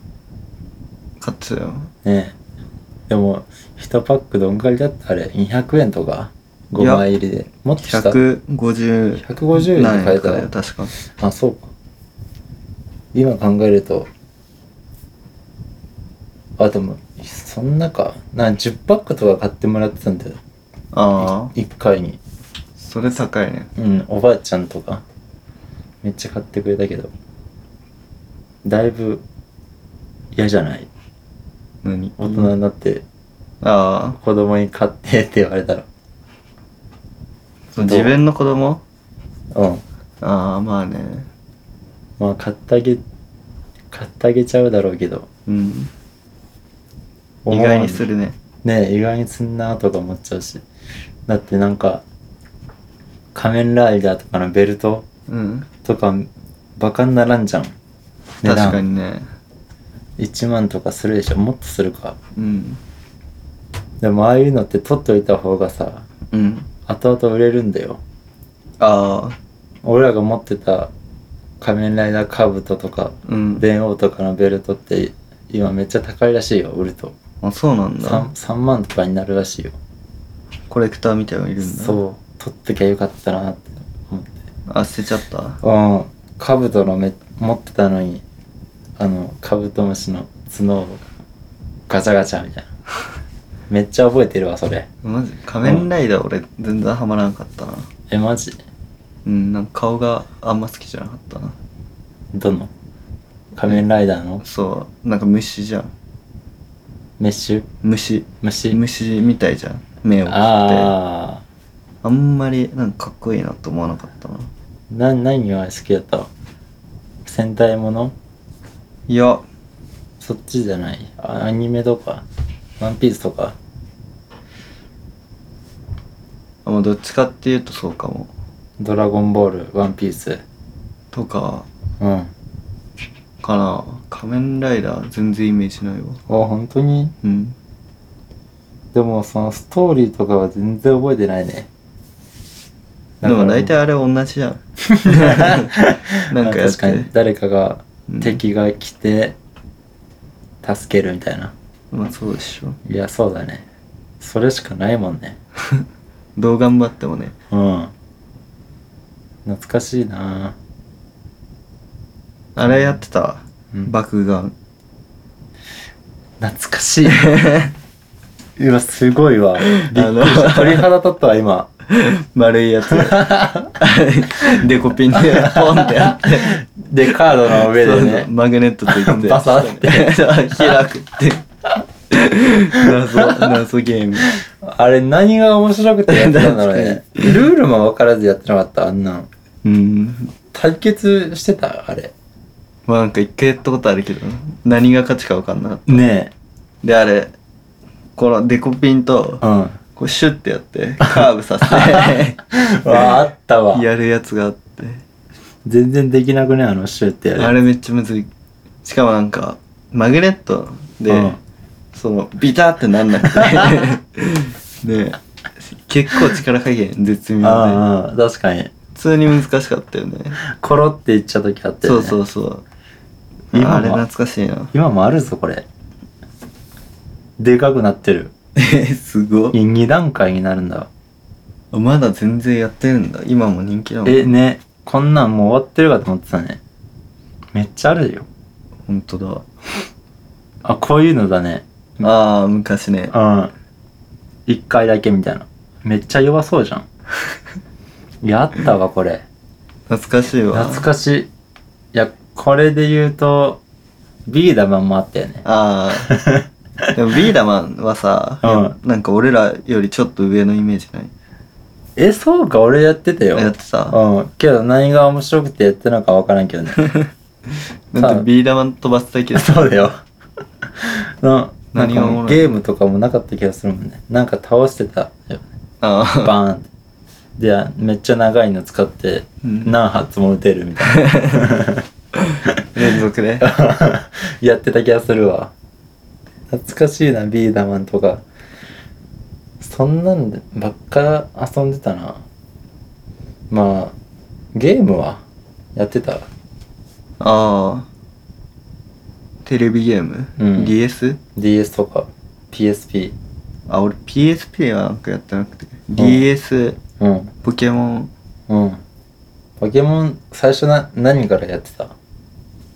[SPEAKER 2] 勝ってたよ
[SPEAKER 1] ねえでも1パックどんくらいだったあれ200円とか
[SPEAKER 2] い
[SPEAKER 1] 5
[SPEAKER 2] や
[SPEAKER 1] 枚入りでもっとした
[SPEAKER 2] 150
[SPEAKER 1] 150円で買えた
[SPEAKER 2] ら
[SPEAKER 1] ら
[SPEAKER 2] よ確か
[SPEAKER 1] あそうか今考えるとあでもそんなかなんか10パックとか買ってもらってたんだよ
[SPEAKER 2] ああ
[SPEAKER 1] 1回に
[SPEAKER 2] それ高いね
[SPEAKER 1] うんおばあちゃんとかめっちゃ買ってくれたけどだいぶ嫌じゃない
[SPEAKER 2] 何
[SPEAKER 1] 大人になって
[SPEAKER 2] ああ
[SPEAKER 1] 子供に買ってって言われたら
[SPEAKER 2] そう自分の子供
[SPEAKER 1] うん
[SPEAKER 2] ああまあね
[SPEAKER 1] まあ買ってあげ買ってあげちゃうだろうけど
[SPEAKER 2] うん意外にするね
[SPEAKER 1] ねえ意外にすんなとか思っちゃうしだってなんか「仮面ライダー」とかのベルト
[SPEAKER 2] うん
[SPEAKER 1] とかバカにならんじゃん値
[SPEAKER 2] 確
[SPEAKER 1] 段
[SPEAKER 2] かにね
[SPEAKER 1] 1万とかするでしょもっとするか
[SPEAKER 2] うん
[SPEAKER 1] でもああいうのって取っといた方がさ
[SPEAKER 2] うん
[SPEAKER 1] 後々売れるんだよ
[SPEAKER 2] ああ
[SPEAKER 1] 俺らが持ってた仮面ライダーカブトとか
[SPEAKER 2] うん
[SPEAKER 1] 電王とかのベルトって今めっちゃ高いらしいよ売ると
[SPEAKER 2] あそうなんだ
[SPEAKER 1] 3, 3万とかになるらしいよ
[SPEAKER 2] コレクターみたいのいるんだ
[SPEAKER 1] そう取っときゃよかったなって思って
[SPEAKER 2] あ捨てちゃった
[SPEAKER 1] うん、カブトのめ持ってたのにあのカブトムシの角をガチャガチャみたいなめっちゃ覚えてるわ、それ。
[SPEAKER 2] マジ仮面ライダー俺全然ハマらなかったな
[SPEAKER 1] え、マジ
[SPEAKER 2] うんなんか顔があんま好きじゃなかったな
[SPEAKER 1] どの仮面ライダーの
[SPEAKER 2] そうなんか虫じゃん
[SPEAKER 1] メッシュ
[SPEAKER 2] 虫
[SPEAKER 1] 虫
[SPEAKER 2] 虫みたいじゃん目を切ってあ
[SPEAKER 1] ああ。
[SPEAKER 2] んまりなんかかっこいいなと思わなかったな
[SPEAKER 1] な、何が好きだった戦隊もの
[SPEAKER 2] いや
[SPEAKER 1] そっちじゃない。あアニメとか、ワンピースとか。
[SPEAKER 2] あまあどっちかっていうとそうかも
[SPEAKER 1] ドラゴンボール、ワンピース。
[SPEAKER 2] とか
[SPEAKER 1] うん。あ、
[SPEAKER 2] かな仮面ライダー全然イメージないわ
[SPEAKER 1] 本当に
[SPEAKER 2] うん
[SPEAKER 1] でも、そのストーリーとかは全然覚えてないね。
[SPEAKER 2] でも大体あれ同じじゃ んなんかやっ
[SPEAKER 1] 確か
[SPEAKER 2] て
[SPEAKER 1] に、誰かが
[SPEAKER 2] うん、
[SPEAKER 1] 敵が来て、助けるみたいな。
[SPEAKER 2] まあそうでしょ
[SPEAKER 1] いや、そうだね。それしかないもんね。
[SPEAKER 2] どう頑張ってもね
[SPEAKER 1] うん。懐かしいな
[SPEAKER 2] あれやってた、
[SPEAKER 1] うん
[SPEAKER 2] 爆眼
[SPEAKER 1] 懐か しい。うわ、すごいわ。びっくりし
[SPEAKER 2] あ
[SPEAKER 1] た。
[SPEAKER 2] の
[SPEAKER 1] 鳥肌立ったわ、今。
[SPEAKER 2] 丸いやつ デコピンでポンってやって
[SPEAKER 1] で、カードの上で
[SPEAKER 2] そうそう
[SPEAKER 1] ね。
[SPEAKER 2] マグネットついて
[SPEAKER 1] バサッて
[SPEAKER 2] 開くって謎謎ゲーム
[SPEAKER 1] あれ、何が面白くてやってたんだろう ね。ルールも分からずやってなかった、あんなん。
[SPEAKER 2] うん
[SPEAKER 1] 対決してたあれ。
[SPEAKER 2] まあなんか一回やったことあるけど何が勝ちか分かんなかった
[SPEAKER 1] ね
[SPEAKER 2] であれこのデコピンと
[SPEAKER 1] え。うん。わ
[SPEAKER 2] こうシュッてやってカーブさせ
[SPEAKER 1] あ、あったわ
[SPEAKER 2] て。やるやつがあって
[SPEAKER 1] 全然できなくね、あのシューってやる。
[SPEAKER 2] あれめっちゃむずいしかもなんかマグネットで、
[SPEAKER 1] うん
[SPEAKER 2] そのビタってな んなくてで結構力加減絶妙で
[SPEAKER 1] ああ、確かに。
[SPEAKER 2] 普通に難しかったよね
[SPEAKER 1] コロっていっちゃうときあったよ
[SPEAKER 2] そう
[SPEAKER 1] ね。。
[SPEAKER 2] そううそう
[SPEAKER 1] 今は
[SPEAKER 2] あれ懐かし いな
[SPEAKER 1] 今もあるぞ、これ。でかくなってる。
[SPEAKER 2] えすごい
[SPEAKER 1] 2段階になるんだわ。
[SPEAKER 2] まだ全然やってるんだ今も人気だもん
[SPEAKER 1] え、ね。こんなんもう終わってるかと思ってたね。めっちゃあるよ。
[SPEAKER 2] 本当だ
[SPEAKER 1] あ、こういうのだね。
[SPEAKER 2] ああ昔ね
[SPEAKER 1] うん。一回だけみたいな。めっちゃ弱そうじゃ ん。やったわ、これ。
[SPEAKER 2] 懐かしいわ
[SPEAKER 1] 懐かしい。いや、これで言うと、ビーダマンもあったよね。
[SPEAKER 2] ああでもビーダマンはさ、
[SPEAKER 1] う
[SPEAKER 2] なんか俺らよりちょっと上のイメージない
[SPEAKER 1] え、そうか、俺やってたよ。
[SPEAKER 2] やってた
[SPEAKER 1] うん。けど、何が面白くてやってたのかわからん けどね。
[SPEAKER 2] だってビー玉飛ばすだけで
[SPEAKER 1] そうだ よ。のなん
[SPEAKER 2] 何
[SPEAKER 1] か
[SPEAKER 2] がお
[SPEAKER 1] も
[SPEAKER 2] も
[SPEAKER 1] う
[SPEAKER 2] ろい
[SPEAKER 1] ゲームとかもなかった気がするもんね。なんか倒してた よ。
[SPEAKER 2] あ
[SPEAKER 1] バ
[SPEAKER 2] あ
[SPEAKER 1] ーンって。で、めっちゃ長いの使って、
[SPEAKER 2] うん
[SPEAKER 1] 何発も撃てるみたいな。
[SPEAKER 2] 連続で
[SPEAKER 1] やってた気がするわ懐かしいなビーダーマンとかそんなんでばっか遊んでたなまあゲームはやってた
[SPEAKER 2] あ あテレビゲーム、
[SPEAKER 1] うん
[SPEAKER 2] DS?
[SPEAKER 1] DS とか PSP
[SPEAKER 2] あ俺 PSP はなんかやってなくて DS
[SPEAKER 1] うん
[SPEAKER 2] ポケモン
[SPEAKER 1] うんポケモン最初な何からやってた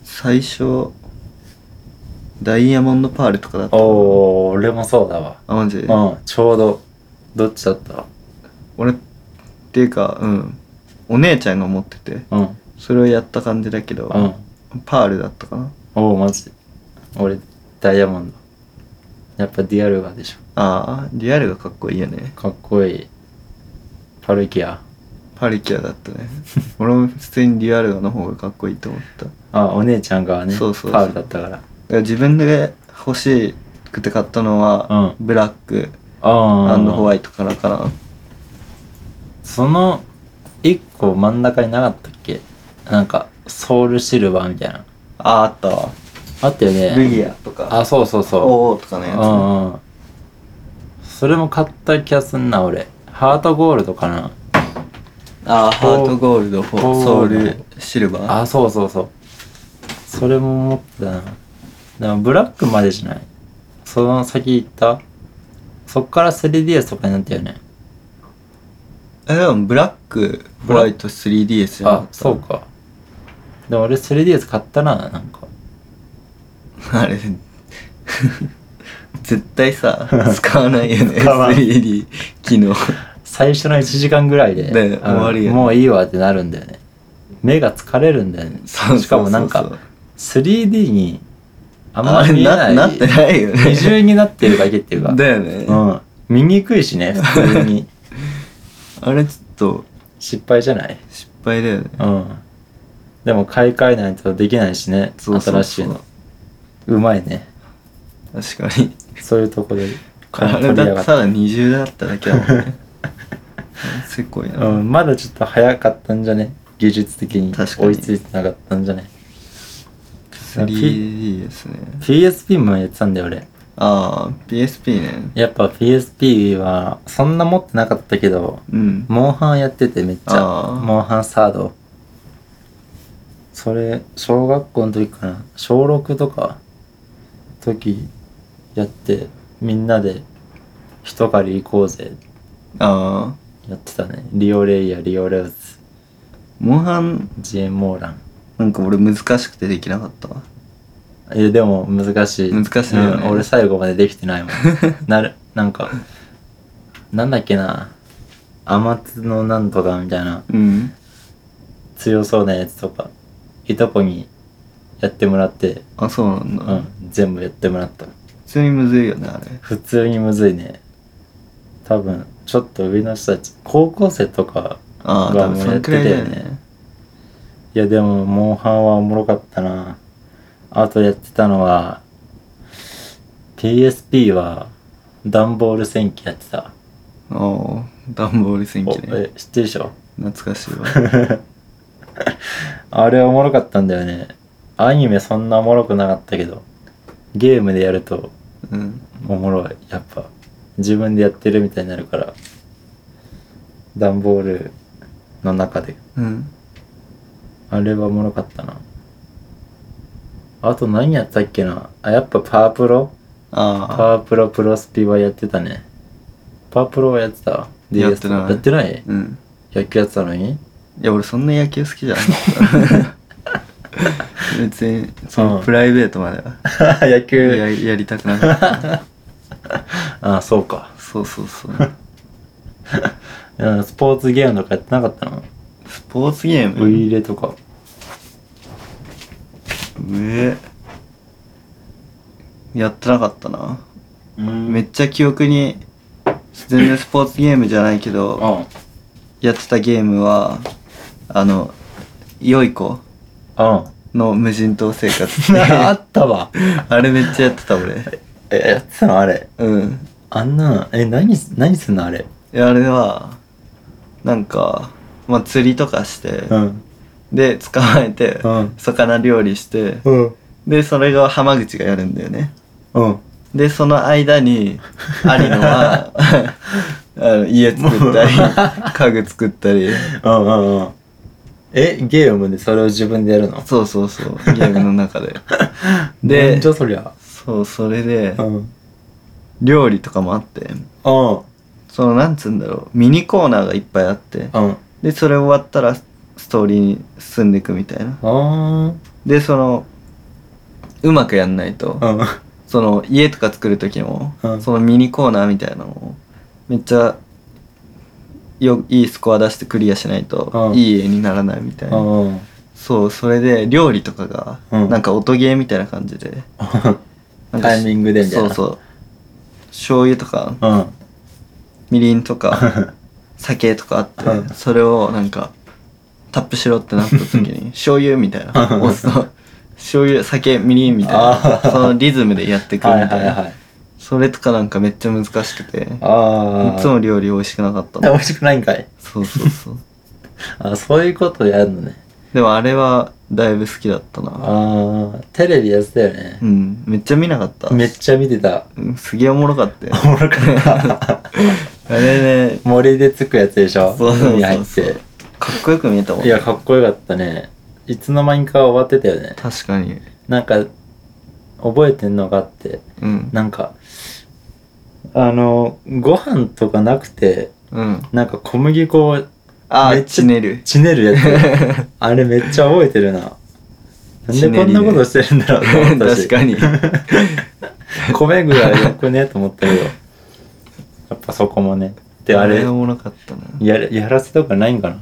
[SPEAKER 2] 最初ダイヤモンドパールとかだった
[SPEAKER 1] おお俺もそうだわ
[SPEAKER 2] あマジ
[SPEAKER 1] うんちょうどどっちだった
[SPEAKER 2] 俺っていうかうんお姉ちゃんが持ってて
[SPEAKER 1] うん
[SPEAKER 2] それをやった感じだけど、
[SPEAKER 1] うん
[SPEAKER 2] パールだったかな
[SPEAKER 1] おおマジ俺ダイヤモンドやっぱディアルガでしょ
[SPEAKER 2] ああリアルがかっこいいよね
[SPEAKER 1] かっこいいパルキア
[SPEAKER 2] パルキアだったね俺も普通にリアルガの方がかっこいいと思っただか
[SPEAKER 1] あお姉ちゃんがね
[SPEAKER 2] そうそうそう
[SPEAKER 1] パールだったから
[SPEAKER 2] ら自分で欲しくて買ったのは、ブラック
[SPEAKER 1] あ
[SPEAKER 2] ホ
[SPEAKER 1] イ
[SPEAKER 2] ワイトからかな
[SPEAKER 1] その一個真ん中になかったっけなんかソウルシルバーみたいな
[SPEAKER 2] あああったわ
[SPEAKER 1] あったよね
[SPEAKER 2] ルギアとか
[SPEAKER 1] あそうそうそ
[SPEAKER 2] おおとか
[SPEAKER 1] う
[SPEAKER 2] の
[SPEAKER 1] う
[SPEAKER 2] やつね
[SPEAKER 1] んうんそれも買った気がすんな俺ハートゴールドかな
[SPEAKER 2] ああハートゴールドフォ
[SPEAKER 1] フォー
[SPEAKER 2] ーソウルシルバー
[SPEAKER 1] あそうそうそうそれも持ってたなでもブラックまでじゃないその先行ったそっから 3DS とかになったよね
[SPEAKER 2] えでもブラックホワイト 3DS じゃなか
[SPEAKER 1] あ
[SPEAKER 2] った
[SPEAKER 1] そうかでも俺 3DS 買ったななんか
[SPEAKER 2] あれ全 絶対さ使わないよ ね
[SPEAKER 1] 使わん
[SPEAKER 2] 3D 機能
[SPEAKER 1] 最初の1時間ぐらいで、
[SPEAKER 2] ね
[SPEAKER 1] あの
[SPEAKER 2] 終わりやね
[SPEAKER 1] もういいわってなるんだよね目が疲れるんだよね
[SPEAKER 2] そうそうそうそう
[SPEAKER 1] しかもなんか 3D にあんまり見え
[SPEAKER 2] あ
[SPEAKER 1] ない
[SPEAKER 2] れななってないよね
[SPEAKER 1] 二重になってるだけっていうか
[SPEAKER 2] だよね、
[SPEAKER 1] うん見にくいしね普通に
[SPEAKER 2] あれちょっと
[SPEAKER 1] 失敗じゃない
[SPEAKER 2] 失敗だよね
[SPEAKER 1] うんでも買い替えないとできないしね
[SPEAKER 2] そうそうそう
[SPEAKER 1] 新しいのうまいね
[SPEAKER 2] 確かに
[SPEAKER 1] そういうとこで
[SPEAKER 2] あれだってただ二重だっただけだも んねすごいな、
[SPEAKER 1] うん、まだちょっと早かったんじゃね技術的に
[SPEAKER 2] 確かに
[SPEAKER 1] 追いついてなかったんじゃね
[SPEAKER 2] 3D ですね
[SPEAKER 1] PSP もやってたんだよ俺
[SPEAKER 2] ああ PSP ね
[SPEAKER 1] やっぱ PSP はそんな持ってなかったけど
[SPEAKER 2] うん
[SPEAKER 1] モンハンやっててめっちゃ
[SPEAKER 2] あー
[SPEAKER 1] モンハンサードそれ小学校の時かな小6とか時やってみんなで一狩り行こうぜ
[SPEAKER 2] ああ
[SPEAKER 1] やってたねリオレイヤリオレウス
[SPEAKER 2] モンハン
[SPEAKER 1] ジェンモーラン
[SPEAKER 2] なんか俺難しくてできなかったわ
[SPEAKER 1] いやでも難しい
[SPEAKER 2] 難しいよね
[SPEAKER 1] うん俺最後までできて ないもんなるなんかなんだっけな天津のなんとかみたいな
[SPEAKER 2] うん
[SPEAKER 1] 強そうなやつとかいとこにやってもらって、
[SPEAKER 2] あそうなんだ、
[SPEAKER 1] うん、全部やってもらった
[SPEAKER 2] 普通にむずいよねあれ
[SPEAKER 1] 普通にむずいね多分ちょっと上の人たち高校生とか
[SPEAKER 2] ああ
[SPEAKER 1] が
[SPEAKER 2] 多
[SPEAKER 1] も
[SPEAKER 2] 分
[SPEAKER 1] うや
[SPEAKER 2] そ
[SPEAKER 1] っ
[SPEAKER 2] の
[SPEAKER 1] て
[SPEAKER 2] く
[SPEAKER 1] た
[SPEAKER 2] らいだ
[SPEAKER 1] よ
[SPEAKER 2] よ
[SPEAKER 1] ね
[SPEAKER 2] ね
[SPEAKER 1] いやでもモンハンはおもろかったなあとやってたのは PSP は段ボール戦記やってた、
[SPEAKER 2] ああダンボール戦
[SPEAKER 1] お
[SPEAKER 2] 記ね
[SPEAKER 1] え知ってるでしょ
[SPEAKER 2] 懐かしいわ
[SPEAKER 1] あれおもろかったんだよねアニメそんなおもろくなかったけどゲームでやると
[SPEAKER 2] うん
[SPEAKER 1] おもろいやっぱ自分でやってるみたいになるから段ボールの中で
[SPEAKER 2] うん
[SPEAKER 1] あれはおもろかったなあと何やったっけなあやっぱパワープロパ
[SPEAKER 2] ああ
[SPEAKER 1] ワープロプロスピはやってたねパワープロはやってた
[SPEAKER 2] やっ
[SPEAKER 1] DS
[SPEAKER 2] てない
[SPEAKER 1] やってない
[SPEAKER 2] うん
[SPEAKER 1] 野球やってたの に
[SPEAKER 2] いや俺そんな野球好きじゃな かった別にその
[SPEAKER 1] うん
[SPEAKER 2] プライベートまでは
[SPEAKER 1] 野
[SPEAKER 2] や
[SPEAKER 1] 球
[SPEAKER 2] やりたくなかった
[SPEAKER 1] あそうか
[SPEAKER 2] そうそうそう
[SPEAKER 1] うんスポーツゲームとかやってなかったの
[SPEAKER 2] スポーツゲー
[SPEAKER 1] ウイ
[SPEAKER 2] ム
[SPEAKER 1] イレとか
[SPEAKER 2] えやってなかったなめ
[SPEAKER 1] め
[SPEAKER 2] っちゃ記憶に全然スポーツゲームじゃないけど
[SPEAKER 1] あ
[SPEAKER 2] やってたゲームはあの良い子
[SPEAKER 1] あ
[SPEAKER 2] の無人島生活 って
[SPEAKER 1] あ
[SPEAKER 2] あ
[SPEAKER 1] ったわ
[SPEAKER 2] れめっちゃやってた俺
[SPEAKER 1] えやってたのあれ
[SPEAKER 2] うん
[SPEAKER 1] あんなえ何す何すんのあれ
[SPEAKER 2] いやあれはなんか、まあ、釣りとかして、
[SPEAKER 1] ん
[SPEAKER 2] で捕まえて、
[SPEAKER 1] うん
[SPEAKER 2] 魚料理して、
[SPEAKER 1] うん
[SPEAKER 2] でそれが浜口がやるんだよね
[SPEAKER 1] うん
[SPEAKER 2] でその間に有野 はあの家作ったり家具作ったり
[SPEAKER 1] うんうんうんえゲームでそれを自分でやるの
[SPEAKER 2] そうそうそうゲームの中でで
[SPEAKER 1] なんじゃそりゃ
[SPEAKER 2] そうそれで
[SPEAKER 1] んうん
[SPEAKER 2] 料理とかもあってそのなんつうんだろうミニコーナーがいっぱいあって
[SPEAKER 1] うん
[SPEAKER 2] でそれ終わったらストーリーに進んでいくみたいな
[SPEAKER 1] あ
[SPEAKER 2] でそのうまくやんないと、
[SPEAKER 1] ーうん
[SPEAKER 2] その家とか作る時も、
[SPEAKER 1] うん
[SPEAKER 2] そのミニコーナーみたいなのをめっちゃよいいスコア出してクリアしないと
[SPEAKER 1] うん
[SPEAKER 2] いい絵にならないみたいな、
[SPEAKER 1] うん
[SPEAKER 2] そうそれで料理とかが、
[SPEAKER 1] うん
[SPEAKER 2] なんか音ゲーみたいな感じでなんか
[SPEAKER 1] タイミングでみたいな
[SPEAKER 2] そうそう醤油とか
[SPEAKER 1] うん
[SPEAKER 2] みりん とか酒とかあって、
[SPEAKER 1] うん
[SPEAKER 2] それをなんかタップしろってなった時 に醤油みたいな
[SPEAKER 1] うん
[SPEAKER 2] 押すと醤油酒みりんみたいな
[SPEAKER 1] あー
[SPEAKER 2] そのリズムでやってく
[SPEAKER 1] は
[SPEAKER 2] る
[SPEAKER 1] い
[SPEAKER 2] みた
[SPEAKER 1] はいいは
[SPEAKER 2] ないそれとかなんかめっちゃ難しくてい
[SPEAKER 1] ああ
[SPEAKER 2] つも料理美味しくなかった
[SPEAKER 1] 美
[SPEAKER 2] の
[SPEAKER 1] 味しくないんかい
[SPEAKER 2] そうそうそう
[SPEAKER 1] あそういうことやるのね
[SPEAKER 2] でもあれはだいぶ好きだったな
[SPEAKER 1] ああテレビやってたよね
[SPEAKER 2] うんめっちゃ見なかった
[SPEAKER 1] めっちゃ見てた
[SPEAKER 2] うんすげえおもろか ったよ
[SPEAKER 1] おもろかった
[SPEAKER 2] あれね
[SPEAKER 1] 森でつくやつでしょ
[SPEAKER 2] そうそう
[SPEAKER 1] 海に
[SPEAKER 2] そ
[SPEAKER 1] 入
[SPEAKER 2] う
[SPEAKER 1] っ
[SPEAKER 2] そう
[SPEAKER 1] て
[SPEAKER 2] かっこよく見えたもん
[SPEAKER 1] いやかっこよかったねいつの間にか終わってたよね
[SPEAKER 2] 確かに
[SPEAKER 1] なんか覚えてんのがあって
[SPEAKER 2] うん
[SPEAKER 1] なんかあのご飯とかなくて
[SPEAKER 2] うん
[SPEAKER 1] なんか小麦粉を
[SPEAKER 2] あ
[SPEAKER 1] め
[SPEAKER 2] あ
[SPEAKER 1] っちゃ
[SPEAKER 2] ち ねる
[SPEAKER 1] ちねるや つあれめっちゃ 覚えてるななんでこんなことしてるんだろうと思ったし
[SPEAKER 2] 確かに
[SPEAKER 1] 米ぐらいよくねと思ったけどやっぱそこもねであれ
[SPEAKER 2] がおもろかったな
[SPEAKER 1] やれやらせとかないんかな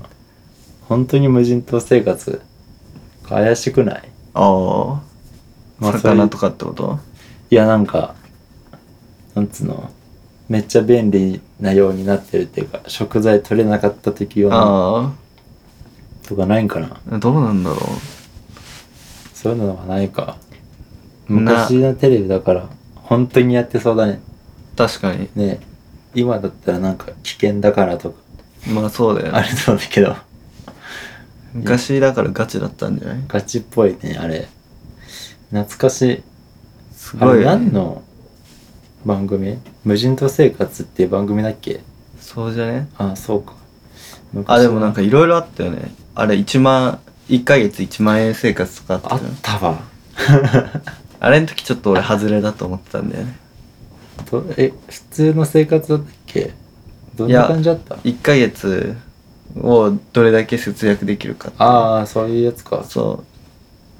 [SPEAKER 1] 本当に無人島生活怪しくない
[SPEAKER 2] あ
[SPEAKER 1] ま
[SPEAKER 2] あ
[SPEAKER 1] あ
[SPEAKER 2] 魚
[SPEAKER 1] そ
[SPEAKER 2] とかってこと
[SPEAKER 1] いやなんかなんつうのめっちゃ便利なようになってるっていうか食材取れなかった時用の
[SPEAKER 2] あ
[SPEAKER 1] とかないんかな
[SPEAKER 2] あどうなんだろう
[SPEAKER 1] そういうのがないか
[SPEAKER 2] な
[SPEAKER 1] 昔のテレビだから本当にやってそうだね
[SPEAKER 2] 確かに
[SPEAKER 1] ねえ今だったらなんか危険だからとか
[SPEAKER 2] まあそうだよ
[SPEAKER 1] あ
[SPEAKER 2] ね
[SPEAKER 1] れそうだけど
[SPEAKER 2] 昔だからガチだったんじゃない
[SPEAKER 1] ガチっぽいねあれ懐かしい
[SPEAKER 2] す
[SPEAKER 1] あ
[SPEAKER 2] ごい
[SPEAKER 1] れ
[SPEAKER 2] よ
[SPEAKER 1] 何
[SPEAKER 2] ね
[SPEAKER 1] の番組無人島生活っていう番組だっけ
[SPEAKER 2] そうじゃね
[SPEAKER 1] あそうか昔
[SPEAKER 2] あでもなんかいろいろあったよねあれ1万1ヶ月1万円生活とかあった
[SPEAKER 1] あっ
[SPEAKER 2] じゃん
[SPEAKER 1] たわ
[SPEAKER 2] あれの時ちょっと俺外れだと思ってたんだよね
[SPEAKER 1] どえ普通の生活だったっけどん
[SPEAKER 2] い
[SPEAKER 1] な
[SPEAKER 2] や
[SPEAKER 1] 感じだった
[SPEAKER 2] 1ヶ月をどれだけ節約できるか
[SPEAKER 1] ああそういうやつか
[SPEAKER 2] そ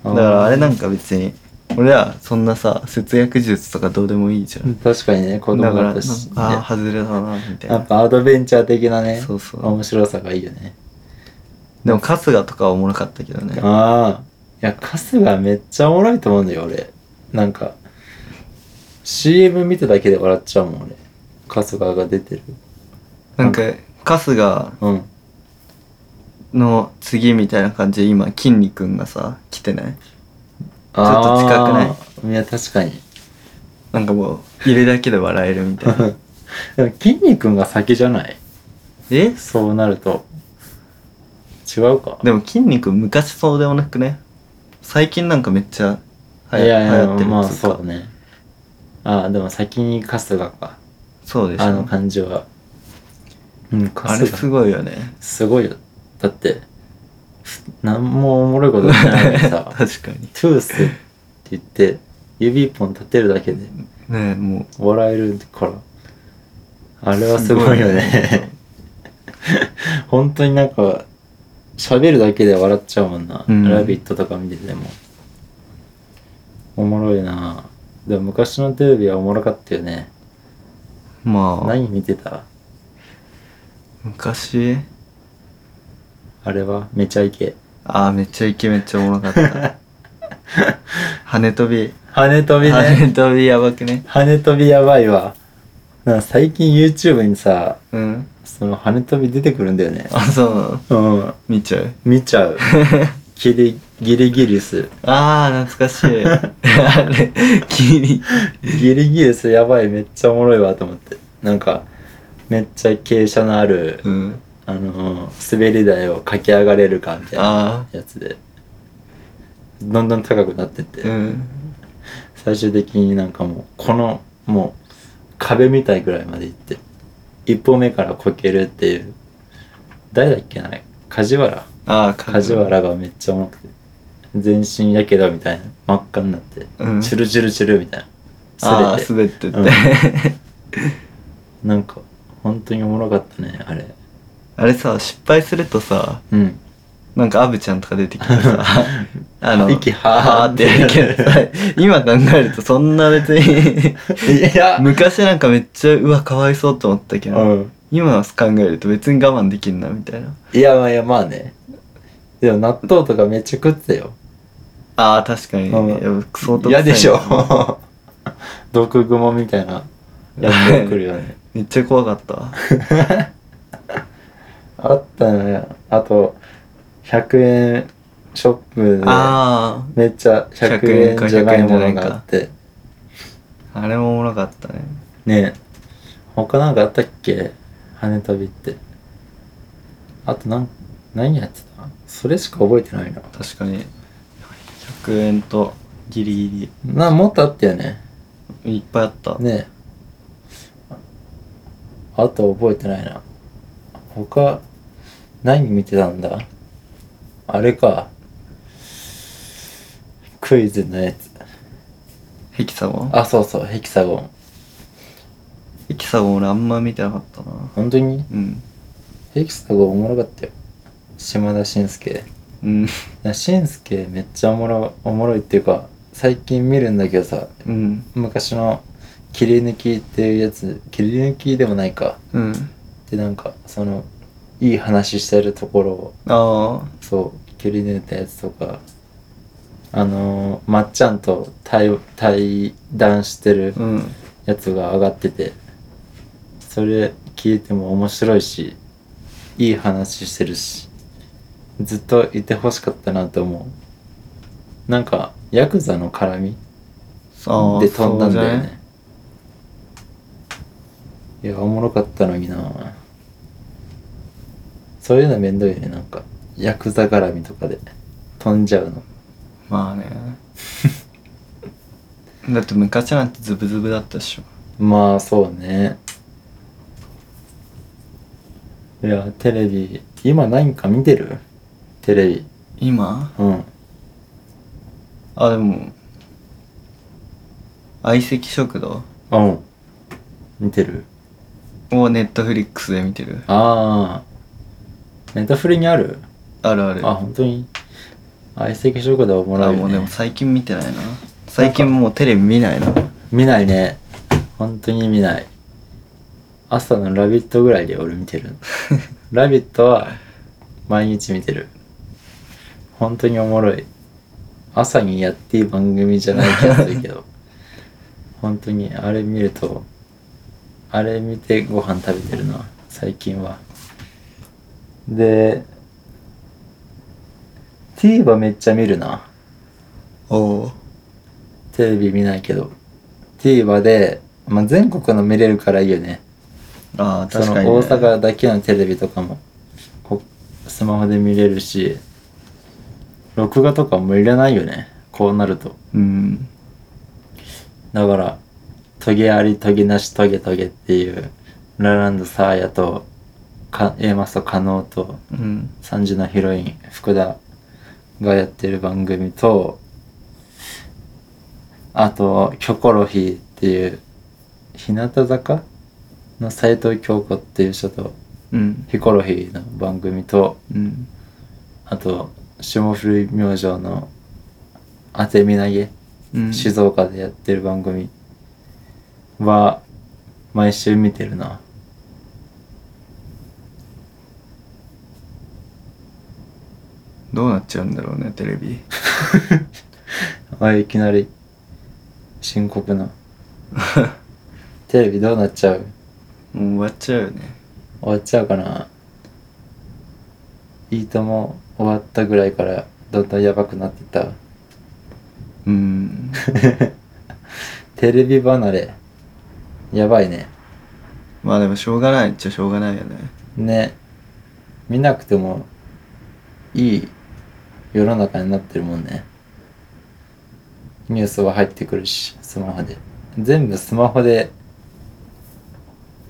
[SPEAKER 2] う
[SPEAKER 1] あー
[SPEAKER 2] だからあれなんか別に俺らそんなさ節約術とかどうでもいいじゃん
[SPEAKER 1] 確かにね子供
[SPEAKER 2] だか
[SPEAKER 1] だっ
[SPEAKER 2] らなん
[SPEAKER 1] た
[SPEAKER 2] か
[SPEAKER 1] し、ね、
[SPEAKER 2] ああ外れだなみたい
[SPEAKER 1] やっ
[SPEAKER 2] な
[SPEAKER 1] ぱアドベンチャー的なね
[SPEAKER 2] そうそう
[SPEAKER 1] 面白さがいいよね
[SPEAKER 2] でも春日とかはおもろかったけどね
[SPEAKER 1] ああいや春日めっちゃおもろいと思うんだよ俺なんか CM 見てだけで笑っちゃうもん俺春日が出てる
[SPEAKER 2] なんか春日
[SPEAKER 1] うん
[SPEAKER 2] の次みたいな感じで今きんに君がさ来てない
[SPEAKER 1] ちょ
[SPEAKER 2] っと近くない
[SPEAKER 1] いや確かに
[SPEAKER 2] なんかもう入れだけで笑えるみた いな
[SPEAKER 1] でも筋肉が先じゃない
[SPEAKER 2] え
[SPEAKER 1] そうなると違うか
[SPEAKER 2] でもきんに君昔そうでもなくね最近なんかめっちゃはい
[SPEAKER 1] やいや
[SPEAKER 2] 流行ってる
[SPEAKER 1] まあ
[SPEAKER 2] っつうか
[SPEAKER 1] そうねああでも先に春日か
[SPEAKER 2] そうでしょ
[SPEAKER 1] あの感じはうん
[SPEAKER 2] あ
[SPEAKER 1] 春
[SPEAKER 2] れ
[SPEAKER 1] 日
[SPEAKER 2] すごいよね
[SPEAKER 1] すごいよだって何もおもろいことないのにさ
[SPEAKER 2] 確かに
[SPEAKER 1] トゥースって言って指一本立てるだけで
[SPEAKER 2] ねえもう
[SPEAKER 1] 笑えるからあれはすごいよね本当になんか喋るだけで笑っちゃうもんな「
[SPEAKER 2] うん
[SPEAKER 1] ラビット!」とか見ててもおもろいなでも昔のテレビはおもろかったよね
[SPEAKER 2] まあ
[SPEAKER 1] 何見てた
[SPEAKER 2] 昔
[SPEAKER 1] あれはめちゃイケ
[SPEAKER 2] ああめっちゃイケめっちゃおもろかった 羽飛び
[SPEAKER 1] 羽飛びね
[SPEAKER 2] 羽飛びやばくね
[SPEAKER 1] 羽飛びやばいわなんか最近 YouTube にさ
[SPEAKER 2] うん
[SPEAKER 1] その羽飛び出てくるんだよね
[SPEAKER 2] あそうなの
[SPEAKER 1] うん
[SPEAKER 2] 見ちゃう
[SPEAKER 1] 見ちゃ うギリギリギリする
[SPEAKER 2] ああ懐か しいあれ急に
[SPEAKER 1] ギリギリですやばいめっちゃおもろいわと思ってなんかめっちゃ傾斜のある、
[SPEAKER 2] うん
[SPEAKER 1] あのー滑り台を駆け上がれるかみたいな
[SPEAKER 2] あ
[SPEAKER 1] やつでどんどん高くなってって、
[SPEAKER 2] あうん
[SPEAKER 1] 最終的になんかもうこのもう壁みたいぐらいまで行って一歩目からこけるっていう誰だっけなあれ梶原
[SPEAKER 2] ああか
[SPEAKER 1] 梶原がめっちゃ重くて全身やけどみたいな真っ赤になって、
[SPEAKER 2] うん
[SPEAKER 1] チュルチュルチュルみたい
[SPEAKER 2] あ
[SPEAKER 1] な
[SPEAKER 2] あ
[SPEAKER 1] すれて
[SPEAKER 2] 滑ってって、
[SPEAKER 1] うんなんか本当におもろかったねあれ
[SPEAKER 2] あれさ失敗するとさ
[SPEAKER 1] うん
[SPEAKER 2] なんかアブちゃんとか出てき てさあの
[SPEAKER 1] 息はー
[SPEAKER 2] はーってやるけどさ今考えるとそんな別に
[SPEAKER 1] いや
[SPEAKER 2] 昔なんかめっちゃうわかわいそうと思ったけど、
[SPEAKER 1] うん
[SPEAKER 2] 今考えると別に我慢できんなみたいない
[SPEAKER 1] やまあいやまあねでも納豆とかめっちゃ食ってたよ
[SPEAKER 2] ああ確かに、
[SPEAKER 1] うん
[SPEAKER 2] いや相当臭い
[SPEAKER 1] 嫌でしょ 毒蜘蛛みたいなやつが来るよね
[SPEAKER 2] めっちゃ怖かったわ
[SPEAKER 1] あったねあと100円ショップで
[SPEAKER 2] あ
[SPEAKER 1] めっちゃ
[SPEAKER 2] 100円
[SPEAKER 1] 100
[SPEAKER 2] か
[SPEAKER 1] 円じゃないも
[SPEAKER 2] 100
[SPEAKER 1] の
[SPEAKER 2] 円じゃない
[SPEAKER 1] が
[SPEAKER 2] か
[SPEAKER 1] あって
[SPEAKER 2] ああれもおもろかったね
[SPEAKER 1] ねえ他なんかあったっけ羽飛びってあとなん何やってたそれしか覚えてないな
[SPEAKER 2] 確かに100円とギリギ
[SPEAKER 1] なもっとあったよね
[SPEAKER 2] リいっぱいあった、
[SPEAKER 1] ねえあと覚えてないな他何見てたんだあれかクイズのやつ
[SPEAKER 2] ヘキサゴン
[SPEAKER 1] あそうそうヘキサゴン
[SPEAKER 2] ヘキサゴン俺あんま見てなかったな
[SPEAKER 1] 本当に
[SPEAKER 2] うん
[SPEAKER 1] ヘキサゴンおもろかったよ島田紳介
[SPEAKER 2] うん
[SPEAKER 1] なしんすけめっちゃおもろおもろいっていうか最近見るんだけどさ
[SPEAKER 2] うん
[SPEAKER 1] 昔の切り抜きっていうやつ切り抜きでもないか
[SPEAKER 2] うん
[SPEAKER 1] でなんかそのいい話してるところを
[SPEAKER 2] あ
[SPEAKER 1] そう切り抜いたやつとかあのーまっちゃんと対対談してる
[SPEAKER 2] あうん
[SPEAKER 1] やつが上がっててそれ聞いても面白いしいい話してるしずっといてほしかったなと思うなんかヤクザの絡み
[SPEAKER 2] ああ
[SPEAKER 1] で飛んだんだよ
[SPEAKER 2] そうじゃない
[SPEAKER 1] ねいやおもろかったのになそういうのめんどいねなんかヤクザ絡みとかで飛んじゃうの
[SPEAKER 2] まあね だって昔なんてズブズブだったっしょ
[SPEAKER 1] まあそうねいやテレビ今何か見てるテレビ
[SPEAKER 2] 今
[SPEAKER 1] うん
[SPEAKER 2] あでも相席食堂
[SPEAKER 1] うん見てる
[SPEAKER 2] をネットフリックスで見てる
[SPEAKER 1] ああネタフリにある
[SPEAKER 2] あるある
[SPEAKER 1] あ本当に相席食堂もらう
[SPEAKER 2] あも
[SPEAKER 1] よ、
[SPEAKER 2] うでも
[SPEAKER 1] ね、
[SPEAKER 2] 最近見てないな最近もうテレビ見ないな
[SPEAKER 1] 見ないね本当に見ない朝の「ラビット!」ぐらいで俺見てる「ラビット!」は毎日見てる本当におもろい朝にやっていい番組じゃない気がするけど本当にあれ見るとあれ見てご飯食べてるな最近はで TVer めっちゃ見るな
[SPEAKER 2] おお
[SPEAKER 1] テレビ見ないけど TVer で、まあ、全国の見れるからいいよね
[SPEAKER 2] ああ
[SPEAKER 1] その
[SPEAKER 2] 確かに、ね、
[SPEAKER 1] 大阪だけのテレビとかもこスマホで見れるし録画とかもいらないよねこうなると
[SPEAKER 2] うん
[SPEAKER 1] だから「トゲありトゲなしトゲトゲ」っていうラランドサーヤとか A マスと加納と
[SPEAKER 2] うん
[SPEAKER 1] 3時のヒロイン福田がやってる番組とあと「キョコロヒー」っていう日向坂の斎藤京子っていう人と
[SPEAKER 2] うん
[SPEAKER 1] ヒコロヒーの番組と
[SPEAKER 2] うん
[SPEAKER 1] あと霜降り明星の「当てみなげ」
[SPEAKER 2] うん
[SPEAKER 1] 静岡でやってる番組は毎週見てるな
[SPEAKER 2] どうなっちゃうんだろうねテレ ビ
[SPEAKER 1] あいきなり深刻なテレビどうなっちゃう
[SPEAKER 2] もう終わっちゃうよね
[SPEAKER 1] 終わっちゃうかな「いいとも」終わったぐらいからどんどんやばくなってた
[SPEAKER 2] うん
[SPEAKER 1] テレビ離れやばいね
[SPEAKER 2] まあでもしょうがないっちゃしょうがないよね
[SPEAKER 1] ね見なくてもいい世の中になってるもんねニュースは入ってくるしスマホで全部スマホで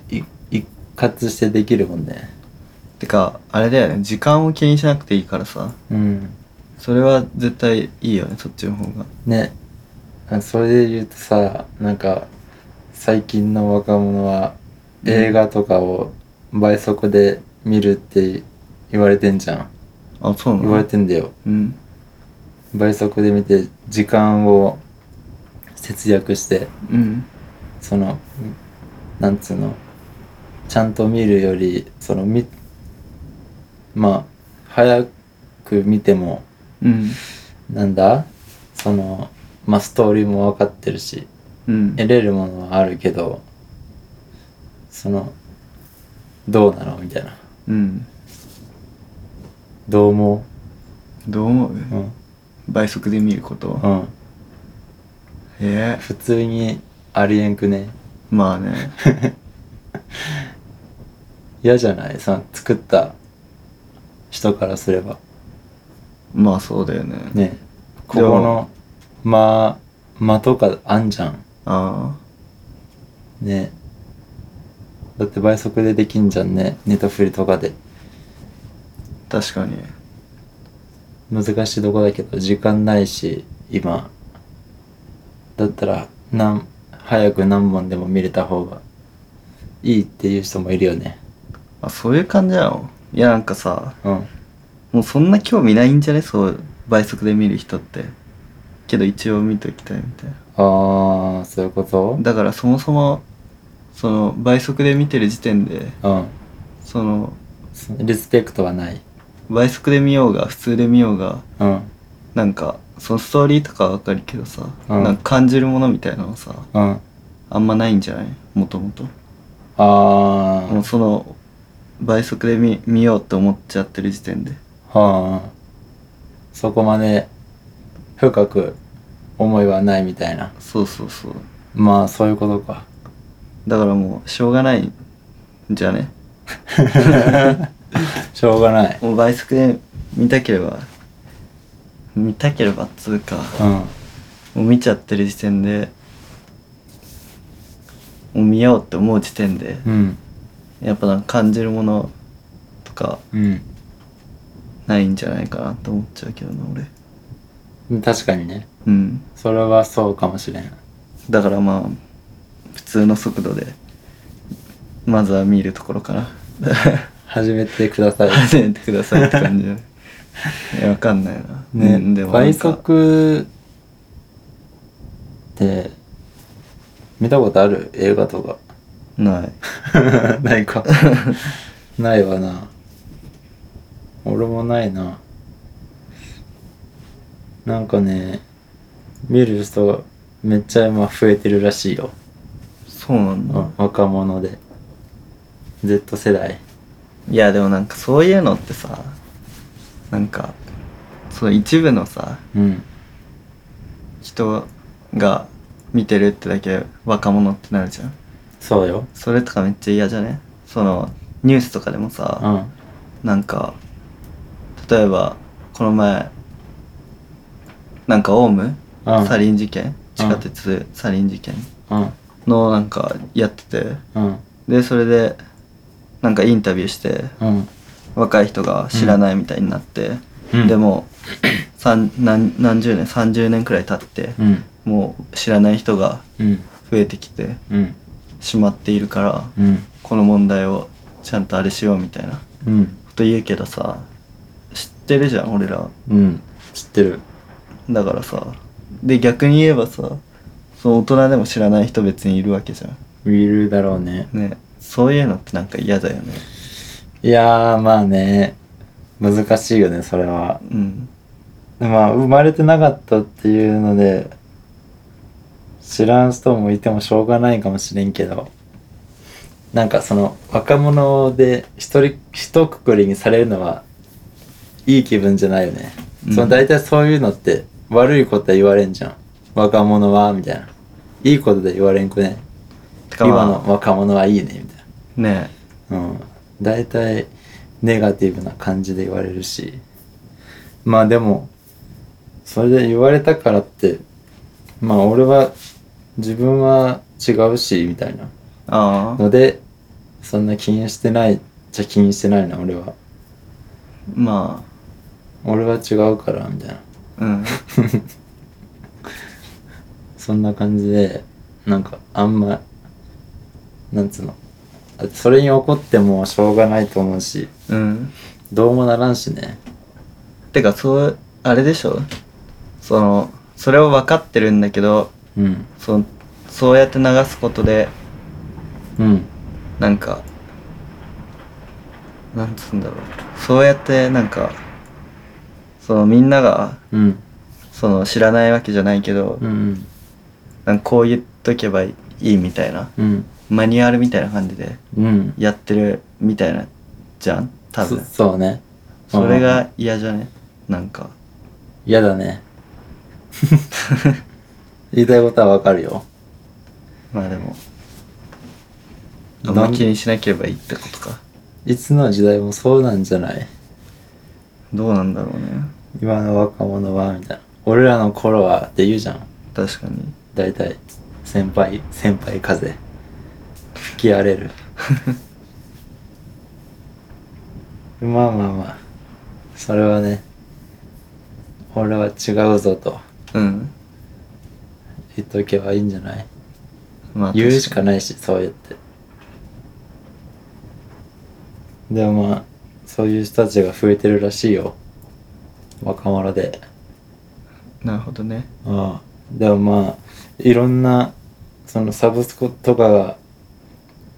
[SPEAKER 1] い一括してできるもんね
[SPEAKER 2] てかあれだよね時間を気にしなくていいからさ
[SPEAKER 1] うん
[SPEAKER 2] それは絶対いいよねそっちの方が
[SPEAKER 1] ねあそれで言うとさなんか最近の若者は
[SPEAKER 2] うん
[SPEAKER 1] 映画とかを倍速で見るって言われてんじゃん
[SPEAKER 2] あそうなの
[SPEAKER 1] 言われてんだよ
[SPEAKER 2] うん
[SPEAKER 1] 倍速で見て時間を節約して
[SPEAKER 2] うん
[SPEAKER 1] そのなんつうのちゃんと見るよりそのみまあ早く見ても
[SPEAKER 2] うん
[SPEAKER 1] なんだそのまあストーリーも分かってるし
[SPEAKER 2] うん
[SPEAKER 1] 得れるものはあるけどそのどうなのみたいな
[SPEAKER 2] うん
[SPEAKER 1] どう思
[SPEAKER 2] どう思
[SPEAKER 1] う、
[SPEAKER 2] う、
[SPEAKER 1] うん
[SPEAKER 2] 倍速で見ること、
[SPEAKER 1] うん、
[SPEAKER 2] ええ
[SPEAKER 1] 普通にありえんくね
[SPEAKER 2] まあね
[SPEAKER 1] 嫌じゃないその作った人からすれば
[SPEAKER 2] まあそうだよね
[SPEAKER 1] ねここの間間とかあんじゃん
[SPEAKER 2] あ
[SPEAKER 1] ねだって倍速でできんじゃんねネタフリとかで
[SPEAKER 2] あ確かに
[SPEAKER 1] 難しいとこだけど時間ないし今だったらなん早く何本でも見れた方がいいっていう人もいるよね
[SPEAKER 2] あそういう感じなのいやなんかさ
[SPEAKER 1] うん
[SPEAKER 2] もうそんな興味ないんじゃねそう倍速で見る人ってけど一応見ときたいみたいな
[SPEAKER 1] ああそういうこと
[SPEAKER 2] だからそもそもその倍速で見てる時点で
[SPEAKER 1] うん
[SPEAKER 2] その
[SPEAKER 1] そリスペクトはない
[SPEAKER 2] 倍速で見ようが普通で見ようが
[SPEAKER 1] うん
[SPEAKER 2] なんかそのストーリーとかはわかるけどさ、
[SPEAKER 1] うん
[SPEAKER 2] なんか感じるものみたいなのさ
[SPEAKER 1] うんあ
[SPEAKER 2] あんまないんじゃないもともと
[SPEAKER 1] あ
[SPEAKER 2] もうその倍速で見見ようって思っちゃってる時点で
[SPEAKER 1] はあそこまで深く思いはないみたいな
[SPEAKER 2] そうそうそう
[SPEAKER 1] まあそういうこと か
[SPEAKER 2] だからもうしょうがないんじゃね
[SPEAKER 1] しょうがない
[SPEAKER 2] もう倍速で見たければ見たければっつうか
[SPEAKER 1] うん
[SPEAKER 2] もう見ちゃってる時点でもう見ようって思う時点で、
[SPEAKER 1] うん
[SPEAKER 2] やっぱなんか感じるものとか
[SPEAKER 1] う
[SPEAKER 2] ないんじゃないかなと思っちゃうけどな俺
[SPEAKER 1] ん確かにね
[SPEAKER 2] うん
[SPEAKER 1] それはそうかもしれん
[SPEAKER 2] だからまあ普通の速度でまずは見るところから
[SPEAKER 1] 始めてください
[SPEAKER 2] 始めてくださいって感じ だねいやわかんないなうんで
[SPEAKER 1] ね
[SPEAKER 2] もなんか
[SPEAKER 1] 倍速って見たことある映画とか
[SPEAKER 2] ない
[SPEAKER 1] ないか ないわな俺もないななんかね見る人めっちゃ今増えてるらしいよ、
[SPEAKER 2] そうなんだ、
[SPEAKER 1] 若者で Z 世代
[SPEAKER 2] いやでもなんかそういうのってさなんかそう一部のさ
[SPEAKER 1] うん
[SPEAKER 2] 人が見てるってだけ若者ってなるじゃん
[SPEAKER 1] そうよ
[SPEAKER 2] それとかめっちゃ嫌じゃねそのニュースとかでもさ、
[SPEAKER 1] うん
[SPEAKER 2] なんか例えばこの前なんかオウム、
[SPEAKER 1] うん
[SPEAKER 2] サリン事件地下鉄サリン事件
[SPEAKER 1] うん
[SPEAKER 2] のなんかやってて
[SPEAKER 1] うん
[SPEAKER 2] でそれでなんかインタビューして
[SPEAKER 1] うん
[SPEAKER 2] 若い人が知らないみたいになって、
[SPEAKER 1] うん
[SPEAKER 2] でも三何何十年30年くらい経って、
[SPEAKER 1] うん
[SPEAKER 2] もう知らない人が
[SPEAKER 1] うん
[SPEAKER 2] 増えてきて
[SPEAKER 1] うん
[SPEAKER 2] しまっているから、
[SPEAKER 1] うん
[SPEAKER 2] この問題をちゃんとあれしようみたいな
[SPEAKER 1] うん
[SPEAKER 2] こと言うけどさ知ってるじゃん俺ら
[SPEAKER 1] うん知ってる
[SPEAKER 2] だからさで逆に言えばさその大人でも知らない人別にいるわけじゃ
[SPEAKER 1] いるだろうね
[SPEAKER 2] んねそういうのってなんか嫌だよね
[SPEAKER 1] いやーまあね難しいよねそれは
[SPEAKER 2] うん
[SPEAKER 1] まあ生まれてなかったっていうので知らん人もいてもしょうがないかもしれんけどなんかその若者で一人一括りにされるのはいい気分じゃないよね、
[SPEAKER 2] うん
[SPEAKER 1] その大体そういうのって悪いことは言われんじゃん若者はみたいないいことで言われんくね
[SPEAKER 2] てか
[SPEAKER 1] 今
[SPEAKER 2] ま
[SPEAKER 1] の若者はいいねみたいな
[SPEAKER 2] あね
[SPEAKER 1] うん、大体ネガティブな感じで言われるしまあでもそれで言われたからってまあ俺は自分は違うしみたいな
[SPEAKER 2] ああ
[SPEAKER 1] のでそんな気にしてないじゃ気にしてないな俺は
[SPEAKER 2] ま
[SPEAKER 1] 俺は違うからみたいな
[SPEAKER 2] あうん
[SPEAKER 1] そんな感じでなんかあんまなんつうのあそれに怒ってもしょうがないと思うし
[SPEAKER 2] うん
[SPEAKER 1] どうもならんしね
[SPEAKER 2] てかそうあれでしょそのそれを分かってるんだけど
[SPEAKER 1] うん
[SPEAKER 2] そそうやって流すことで
[SPEAKER 1] うん
[SPEAKER 2] なんかなんつうんだろうそうやってなんかそのみんなが
[SPEAKER 1] うん
[SPEAKER 2] その知らないわけじゃないけど、
[SPEAKER 1] うん
[SPEAKER 2] なんかこう言っとけばいいみたいな
[SPEAKER 1] うん
[SPEAKER 2] マニュアルみたいな感じで
[SPEAKER 1] うん
[SPEAKER 2] やってるみたいなじゃん多分
[SPEAKER 1] そそうね
[SPEAKER 2] それ
[SPEAKER 1] うん
[SPEAKER 2] が嫌じゃねなんか
[SPEAKER 1] 嫌だね言いたいことはわかるよ
[SPEAKER 2] まあでもあ
[SPEAKER 1] なん
[SPEAKER 2] んま気にしなければいいってことか
[SPEAKER 1] いつの時代もそうなんじゃない
[SPEAKER 2] どうなんだろうね
[SPEAKER 1] 今の若者はみたいな俺らの頃はって言うじゃん
[SPEAKER 2] 確かに
[SPEAKER 1] 大体先輩先輩風吹き荒れるまあまあまあそれはね俺は違うぞと
[SPEAKER 2] うん
[SPEAKER 1] 言っとけばいいんじゃない
[SPEAKER 2] まあ
[SPEAKER 1] 言うしか
[SPEAKER 2] 確
[SPEAKER 1] ないしそうやってでもまあそういう人たちが増えてるらしいよ若者で
[SPEAKER 2] なるほどね
[SPEAKER 1] ああでもまあいろんなそのサブスクとかが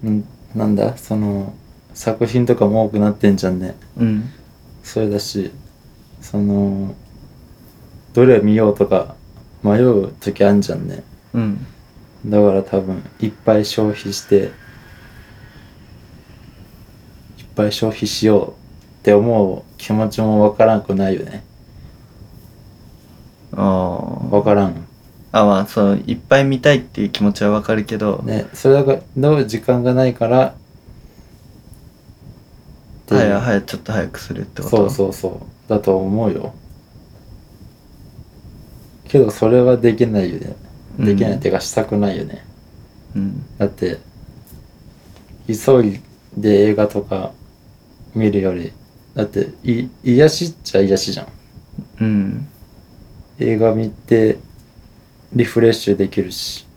[SPEAKER 1] んなんだその作品とかも多くなってんじゃんね
[SPEAKER 2] うん
[SPEAKER 1] それだしそのどれ見ようとか迷う時あんじゃんね
[SPEAKER 2] うん
[SPEAKER 1] だから多分いっぱい消費していっぱい消費しようって思う気持ちもわからんくないよね
[SPEAKER 2] ああ
[SPEAKER 1] わからん
[SPEAKER 2] あまあそういっぱい見たいっていう気持ちはわかるけど、
[SPEAKER 1] ねそれだけの時間がないからって
[SPEAKER 2] はいはいちょっと早くするってこと
[SPEAKER 1] そうそうそうだと思うよけどそれはできないよね
[SPEAKER 2] うん
[SPEAKER 1] できないっていうかしたくないよね、
[SPEAKER 2] ううん
[SPEAKER 1] だって急いで映画とか見るよりだってい癒しっちゃ癒しじゃん
[SPEAKER 2] うん
[SPEAKER 1] 映画見てリフレッシュできるし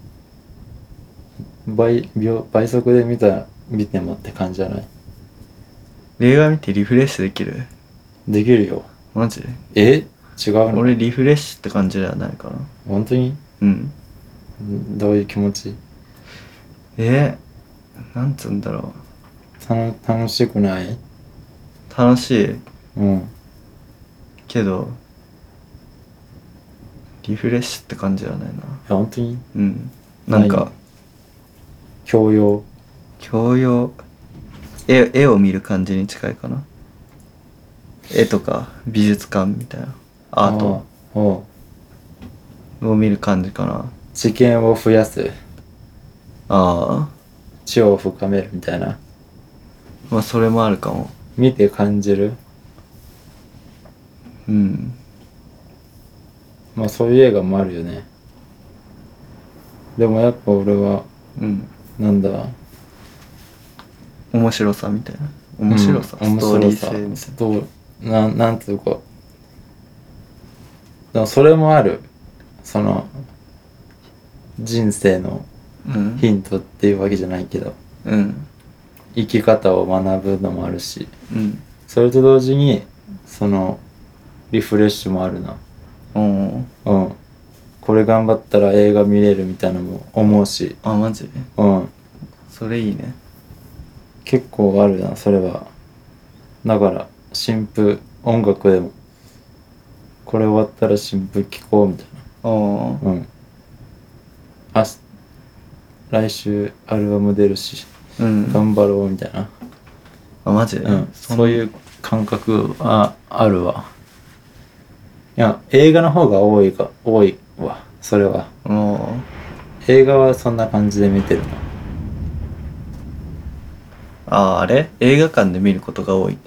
[SPEAKER 1] 倍秒倍速で見たら見てもって感じじゃない
[SPEAKER 2] 映画見てリフレッシュできる
[SPEAKER 1] できるよ
[SPEAKER 2] マジ
[SPEAKER 1] え違うの
[SPEAKER 2] 俺リフレッシュって感じではないかな
[SPEAKER 1] 本当に
[SPEAKER 2] うん
[SPEAKER 1] んどういう気持ち
[SPEAKER 2] えー、なんつうんだろ
[SPEAKER 1] たの楽しくないう
[SPEAKER 2] 楽しい
[SPEAKER 1] うん
[SPEAKER 2] けどリフレッシュって感じではないな
[SPEAKER 1] 本当に
[SPEAKER 2] うんなん
[SPEAKER 1] な
[SPEAKER 2] か
[SPEAKER 1] い教養
[SPEAKER 2] 教養絵絵を見る感じに近いかな絵とか美術館みたいなアート
[SPEAKER 1] ああおう
[SPEAKER 2] を見る感じかな
[SPEAKER 1] 知見を増やす
[SPEAKER 2] ああ
[SPEAKER 1] 知を深めるみたいな
[SPEAKER 2] まあそれもあるかも
[SPEAKER 1] 見て感じる
[SPEAKER 2] うん
[SPEAKER 1] まあそういう映画もあるよねでもやっぱ俺は
[SPEAKER 2] うん
[SPEAKER 1] なんだ
[SPEAKER 2] 面白さみたいな面白さ、
[SPEAKER 1] うん
[SPEAKER 2] ストーリー
[SPEAKER 1] 面白
[SPEAKER 2] 性
[SPEAKER 1] さ
[SPEAKER 2] みた
[SPEAKER 1] ス
[SPEAKER 2] いな
[SPEAKER 1] トーなんなんつうかでもそれもあるその人生の
[SPEAKER 2] うん
[SPEAKER 1] ヒントっていうわけじゃないけど
[SPEAKER 2] うん
[SPEAKER 1] 生き方を学ぶのもあるし
[SPEAKER 2] うん
[SPEAKER 1] それと同時にそのリフレッシュもあるな
[SPEAKER 2] おー
[SPEAKER 1] うんこれ頑張ったら映画見れるみたいなのも思うし
[SPEAKER 2] あマジ
[SPEAKER 1] うん
[SPEAKER 2] それいいね
[SPEAKER 1] 結構あるなそれはだから新譜音楽でもこれ終わったら新譜聴こうみたい
[SPEAKER 2] おお
[SPEAKER 1] なうんあし来週アルバム出るし
[SPEAKER 2] うん
[SPEAKER 1] 頑張ろうみたいな、
[SPEAKER 2] あマジ
[SPEAKER 1] うん、
[SPEAKER 2] ん
[SPEAKER 1] そういう感覚はあるわいや映画の方が多いか多いわそれは
[SPEAKER 2] おー
[SPEAKER 1] 映画はそんな感じで見てるな
[SPEAKER 2] あーあれ映画館で見ることが多い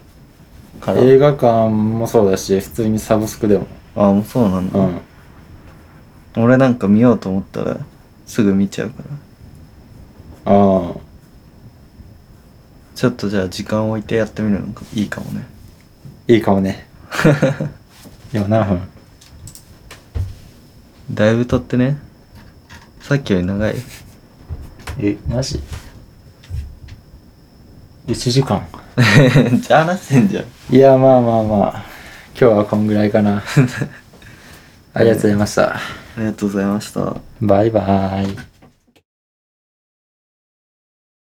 [SPEAKER 2] から
[SPEAKER 1] 映画館もそうだし普通にサブスクでも
[SPEAKER 2] ああもうそうなんだ、
[SPEAKER 1] うん
[SPEAKER 2] 俺なんか見ようと思ったらすぐ見ちゃうから
[SPEAKER 1] ああ
[SPEAKER 2] ちょっとじゃあ時間置いてやってみるのがいいかもね
[SPEAKER 1] いいかも ね今何分
[SPEAKER 2] だいぶ撮ってねさっきより長い
[SPEAKER 1] えマジ1時間
[SPEAKER 2] じゃあ話せんじゃん
[SPEAKER 1] いやまあまあまあ今日はこんぐらいか なありがとうございました
[SPEAKER 2] ありがとうございました
[SPEAKER 1] バイバーイ